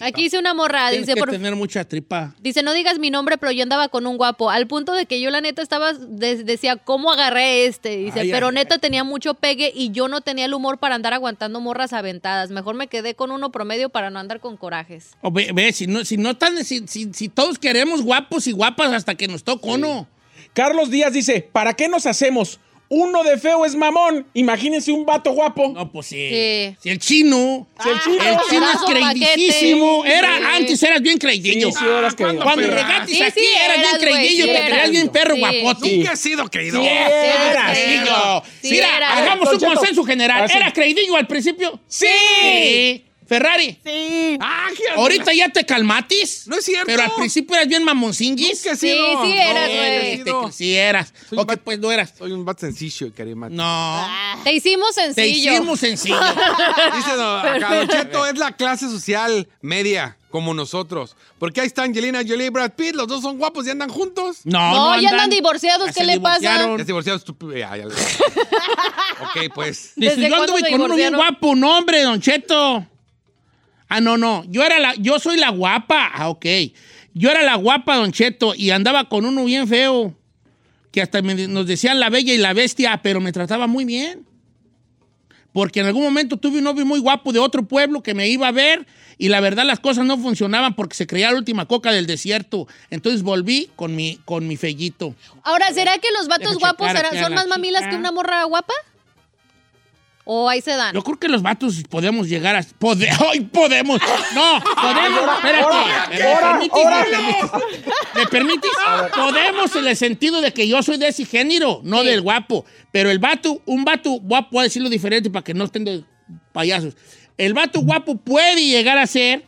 B: Aquí hice una
D: Ah,
B: morra,
A: Tienes
B: dice,
A: que
B: por-
A: tener mucha tripa.
B: dice, no digas mi nombre, pero yo andaba con un guapo, al punto de que yo la neta estaba, de- decía, ¿cómo agarré este? Dice,
A: Ay,
B: pero
A: ay,
B: neta tenía mucho pegue y yo no tenía el humor para andar aguantando morras aventadas, mejor me quedé con uno promedio para no andar con corajes.
A: O ve, ve, si no, si no tan, si, si- si todos queremos guapos y guapas hasta que nos toque uno.
D: Carlos Díaz dice, ¿para qué nos hacemos? Uno de feo es mamón. Imagínense un vato guapo.
A: No, pues sí.
B: Sí.
A: Si el chino.
C: Ah,
D: Si el chino.
A: El chino es
D: Pedazo paquete.
A: creidísimo. Era,
D: Sí.
A: Antes eras bien creidillo.
D: Sí, sí, eras creidillo.
A: Cuando
D: Pero-
A: llegaste
D: Sí,
A: aquí
D: sí,
A: eras bien
D: eras, güey,
A: creidillo.
D: sí
A: te
D: eras.
A: creías bien perro
D: Sí.
A: guapote.
D: Nunca he
C: sido creidor.
A: Sí, eras,
D: Sí, eras.
A: hijo.
D: Sí,
A: Mira,
D: eras.
A: hagamos
D: Don
A: un
D: Cheto.
A: consenso general.
D: Así.
A: ¿Era creidillo al principio?
D: Ah, Sí.
A: Sí. Ferrari.
E: Sí.
C: Ah,
A: Ahorita ya te calmatis.
C: No es cierto.
A: Pero al principio eras bien mamoncinguis.
C: Nunca he Sí, sido. sí eras, güey.
A: este, que Sí eras. O que pues no eras.
C: Soy un bat sencillo y carismático.
A: No.
C: Ah,
B: Te hicimos
A: Te
B: sencillo.
A: hicimos sencillo.
C: Dice don- acá, Don Cheto, es la clase social media, como nosotros. Porque ahí está Angelina Jolie y Brad Pitt, los dos son guapos y andan juntos.
B: No, no ya andan andan. divorciados, ¿qué le pasa?
C: Ya se divorciaron, estúpido. Ya, ya le- ok, pues.
A: Dice,
B: ¿Desde
A: yo
B: cuándo
A: anduve
B: se
A: con uno bien
B: divorciaron?
A: guapo, un hombre, Don Cheto. Ah, no, no. Yo era la, yo soy la guapa. Ah, ok. Yo era la guapa, Don Cheto, y andaba con uno bien feo. Que hasta me- nos decían la bella y la bestia, pero me trataba muy bien. Porque en algún momento tuve un novio muy guapo de otro pueblo que me iba a ver y la verdad las cosas no funcionaban porque se creía la última coca del desierto. Entonces volví con mi, con mi fellito.
B: Ahora, ¿será que los vatos
A: Deja
B: guapos
A: checar
B: será-
A: aquí a
B: son
A: la
B: más mamilas
A: chica.
B: que una morra guapa? ¿O ahí se dan?
A: Yo creo que los vatos podemos llegar a. Pode- ¡Ay, podemos! ¡No! ¡Podemos! Espérate. ¿Me
D: ahora,
A: permites?
D: ahora.
A: ¿Me permites? Podemos en el sentido de que yo soy de ese género, no del guapo. Pero el vato, un vato guapo, voy a decirlo diferente para que no estén de payasos. El vato guapo puede llegar a ser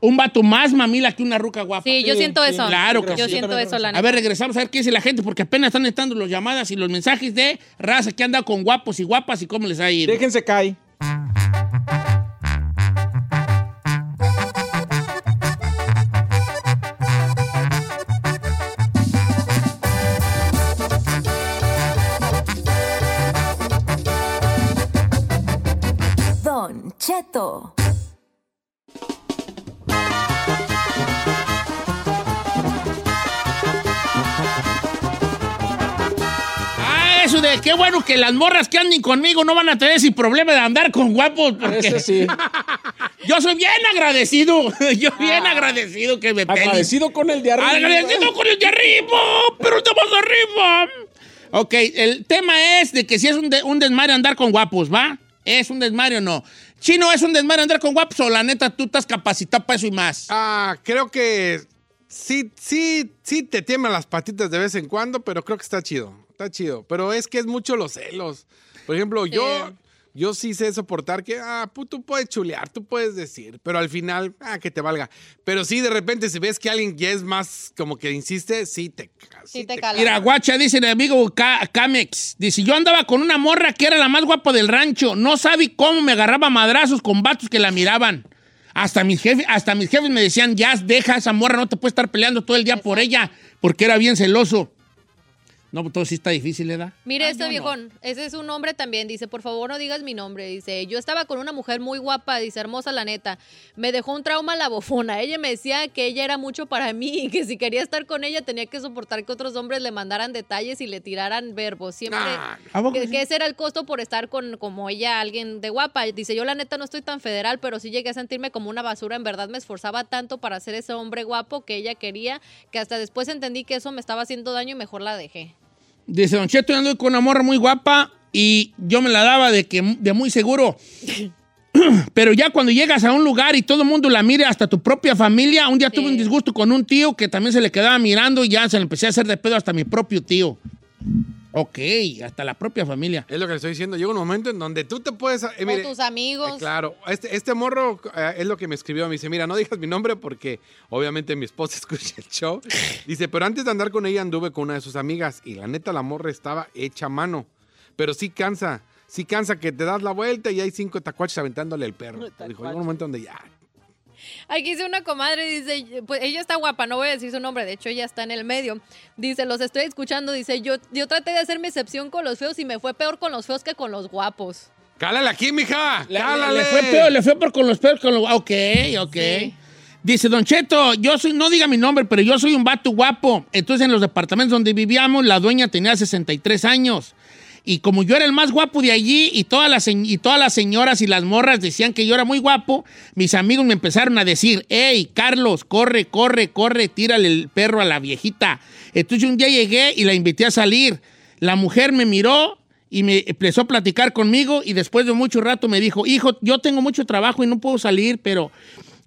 A: un vato más mamila que una ruca guapa.
B: Sí, yo siento eso.
A: Claro que
B: Yo
A: sí.
B: siento eso, la neta.
A: A ver, Pues regresamos a ver qué dice la gente, porque apenas están entrando las llamadas y los mensajes de raza que anda con guapos y guapas y cómo les ha ido.
D: Déjense caer.
F: Don Cheto.
A: Ah, de qué bueno que las morras que anden conmigo no van a tener ese problema de andar con guapos. Porque...
L: Ah, Eso sí.
A: Yo soy bien agradecido. Yo bien agradecido que me peguen.
L: Ah, Agradecido con el de arriba.
A: Agradecido con el de arriba. Pero estamos arriba. Ok, el tema es de que si es un, de- un desmadre andar con guapos, ¿va? ¿Es un desmadre o no? Chino, ¿es un desmadre andar con guapos o la neta tú estás capacitado para eso y más?
C: Ah, creo que sí, sí, sí te tiemblan las patitas de vez en cuando, pero creo que está chido. Está chido. Pero es que es mucho los celos. Por ejemplo, yo, yo sí sé soportar que, ah, pu- tú puedes chulear, tú puedes decir, pero al final, ah, que te valga. Pero sí, de repente, si ves que alguien ya es más como que insiste, sí te
B: Sí te cala.
A: Mira, guacha, dice mi amigo Ca- Camex. Dice, yo andaba con una morra que era la más guapa del rancho. No sabe cómo me agarraba a madrazos con vatos que la miraban. Hasta mis, jefes, hasta mis jefes me decían, ya deja a esa morra, no te puedes estar peleando todo el día por ella, porque era bien celoso. No, pues todo sí está difícil, Ah, ¿verdad?
B: Mire este viejón, ese es un hombre también, dice, por favor no digas mi nombre, dice, yo estaba con una mujer muy guapa, dice, hermosa la neta, me dejó un trauma la bofona, ella me decía que ella era mucho para mí y que si quería estar con ella tenía que soportar que otros hombres le mandaran detalles y le tiraran verbos, siempre,
C: Ah,
A: ¿A poco
B: que,
A: sí?
B: que ese era el costo por estar con como ella, alguien de guapa, dice, yo la neta no estoy tan federal, pero sí llegué a sentirme como una basura, en verdad me esforzaba tanto para ser ese hombre guapo que ella quería, que hasta después entendí que eso me estaba haciendo daño y mejor la dejé.
A: Dice, Don Cheto, yo anduve con una morra muy guapa y yo me la daba de, que, de muy seguro. Pero ya cuando llegas a un lugar y todo el mundo la mire, hasta tu propia familia, un día tuve un disgusto con un tío que también se le quedaba mirando y ya se le empecé a hacer de pedo hasta mi propio tío. Ok, hasta la propia familia.
C: Es lo que le estoy diciendo. Llega un momento en donde tú te puedes. eh, mire,
B: Con tus amigos.
C: Eh, Claro, este, este morro eh, es lo que me escribió. Me dice, mira, no digas mi nombre porque obviamente mi esposa escucha el show. Dice, pero antes de andar con ella anduve con una de sus amigas y la neta la morra estaba hecha a mano. Pero sí cansa, sí cansa que te das la vuelta y hay cinco tacuaches aventándole el perro. Dijo, llega un momento donde ya.
B: Aquí dice una comadre, dice, pues ella está guapa, no voy a decir su nombre, de hecho ella está en el medio. Dice, los estoy escuchando, dice, yo, yo traté de hacer mi excepción con los feos y me fue peor con los feos que con los guapos.
C: ¡Cálale aquí, mija!
A: Ah, Le, le fue peor, le fue peor con los peores, con los... Ok, ok. Dice, Don Cheto, yo soy, no diga mi nombre, pero yo soy un vato guapo. Entonces, en los departamentos donde vivíamos, la dueña tenía 63 años. Y como yo era el más guapo de allí, y todas las, se- y todas las señoras y las morras decían que yo era muy guapo, mis amigos me empezaron a decir, hey, Carlos, corre, corre, corre, tírale el perro a la viejita. Entonces, un día llegué y la invité a salir. La mujer me miró, y me empezó a platicar conmigo y después de mucho rato me dijo, hijo, yo tengo mucho trabajo y no puedo salir, pero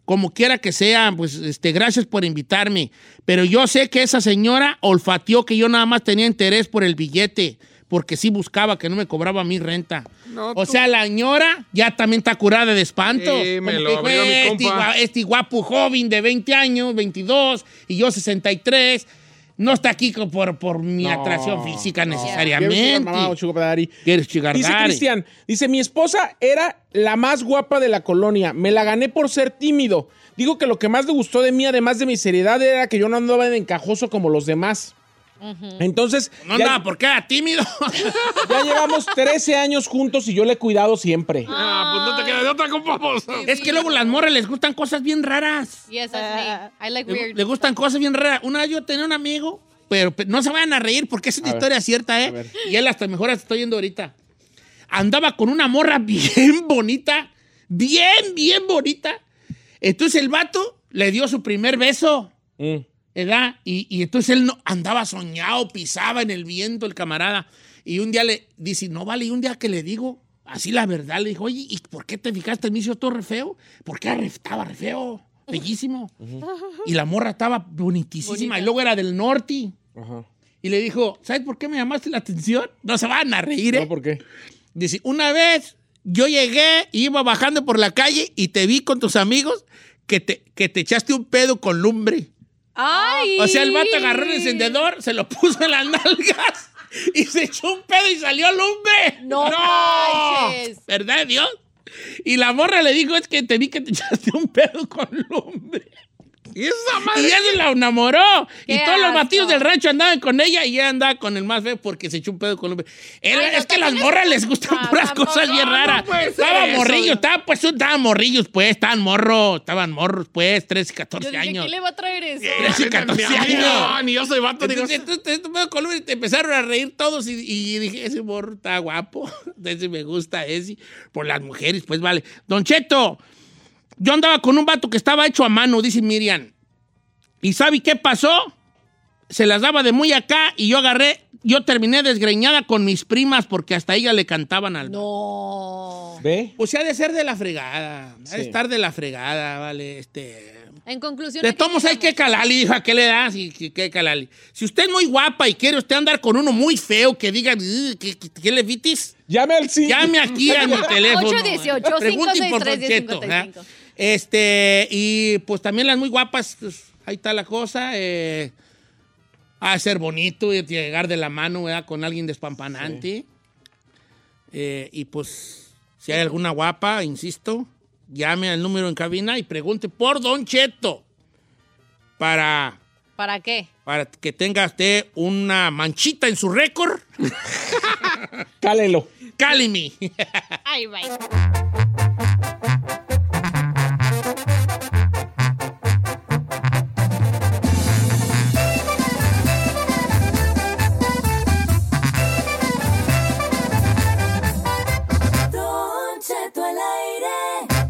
A: como quiera que sea, pues este, gracias por invitarme. Pero yo sé que esa señora olfateó que yo nada más tenía interés por el billete, porque sí buscaba que no me cobraba mi renta.
C: No,
A: o
C: tú-
A: sea, la señora ya también está curada de espanto.
C: Sí, me
A: Como
C: lo
A: que,
C: abrió mi
A: "Güey, este,
C: compa".
A: gua- este guapo joven de 20 años, 22, y yo 63, no está aquí co- por, por mi
D: No.
A: atracción física
D: Quiero
A: necesariamente.
D: sugar mamá o sugar daddy.
A: ¿Quieres llegar
D: Dice
A: Daddy.
D: Cristian, dice, mi esposa era la más guapa de la colonia, me la gané por ser tímido. Digo que lo que más le gustó de mí, además de mi seriedad, era que yo no andaba de encajoso como los demás. Entonces...
A: No
D: ya-
A: andaba porque era tímido.
D: Ya llevamos 13 años juntos y yo le he cuidado siempre.
C: Ah, pues no te quedas de otra, compa. pues.
A: Es que luego las morras les gustan cosas bien raras.
B: Yes, that's me. I like
A: Le,
B: weird.
A: le gustan cosas bien raras. Una vez yo tenía un amigo, pero pe- no se vayan a reír porque es una
D: A ver,
A: historia cierta, ¿eh? Y él hasta mejor hasta estoy yendo ahorita. Andaba con una morra bien bonita, bien, bien bonita. Entonces el vato le dio su primer beso,
D: Mm,
A: ¿verdad? Y, y entonces él no, andaba soñado, pisaba en el viento el camarada. Y un día le dice, no vale, y un día que le digo, así la verdad, le dijo, oye, ¿y por qué te fijaste en mí si yo estoy re feo? Porque era re- estaba re feo, bellísimo. Y la morra estaba bonitísima. Y luego era del norte. Y le dijo, ¿sabes por qué me llamaste la atención? No se van a reír, ¿eh?
D: ¿por qué?
A: Dice, una vez yo llegué, iba bajando por la calle y te vi con tus amigos que te, que te echaste un pedo con lumbre.
B: ¡Ay!
A: O sea, el vato agarró el encendedor, se lo puso en las nalgas y se echó un pedo y salió lumbre.
B: ¡No manches!
A: ¿Verdad, de Dios? Y la morra le dijo, es que te vi que te echaste un pedo con lumbre. Y esa madre. Y ella se la enamoró.
B: Qué
A: Y todos los
B: asco.
A: batidos del rancho andaban con ella y ella andaba con el más feo porque se echó un pedo con un. Él- es que las morras les gustan
B: Ah,
A: puras cosas bien raras.
D: puede ser
A: Estaba
D: eso,
A: morrillo,
D: no.
A: estaba pues, estaban morrillos, pues, estaban morros, estaban morros, pues, 13 y 14 años.
B: ¿Quién le va a traer eso?
A: 13 y 14
C: mi
A: años.
C: amigo, ni yo soy vato, digo.
A: Entonces, entonces, te- te- me acuerdo y te empezaron a reír todos y, y dije, ese morro está guapo, ese me gusta, ese, por las mujeres, pues vale. Don Cheto, yo andaba con un vato que estaba hecho a mano, dice Miriam. ¿Y sabe qué pasó? Se las daba de muy acá y yo agarré, yo terminé desgreñada con mis primas porque hasta ella le cantaban al...
B: No.
A: ¿Ve? Pues se ha de ser de la fregada, ha de
B: Sí.
A: estar de la fregada, vale, este...
B: En conclusión.
A: De
B: aquí-
A: todos hay que calali, dijo, ¿a qué le das? Y que, que calali. Si usted es muy guapa y quiere usted andar con uno muy feo que diga, "Ugh, ¿qué, qué, qué le vitis?
D: Llame al sí.
A: Llame aquí a mi teléfono.
B: 818
A: Pregunte por
B: 563
A: Don Cheto, ¿ah? Este, y pues también las muy guapas, pues, ahí está la cosa. Eh, a ser bonito y llegar de la mano, ¿verdad? Con alguien despampanante. Eh, y pues, si hay alguna guapa, insisto, llame al número en cabina y pregunte por Don Cheto. Para
B: ¿Para qué?
A: para que tenga usted una manchita en su récord.
D: Cálelo.
A: Cálimi.
B: Ahí va.
F: Don Cheto al aire.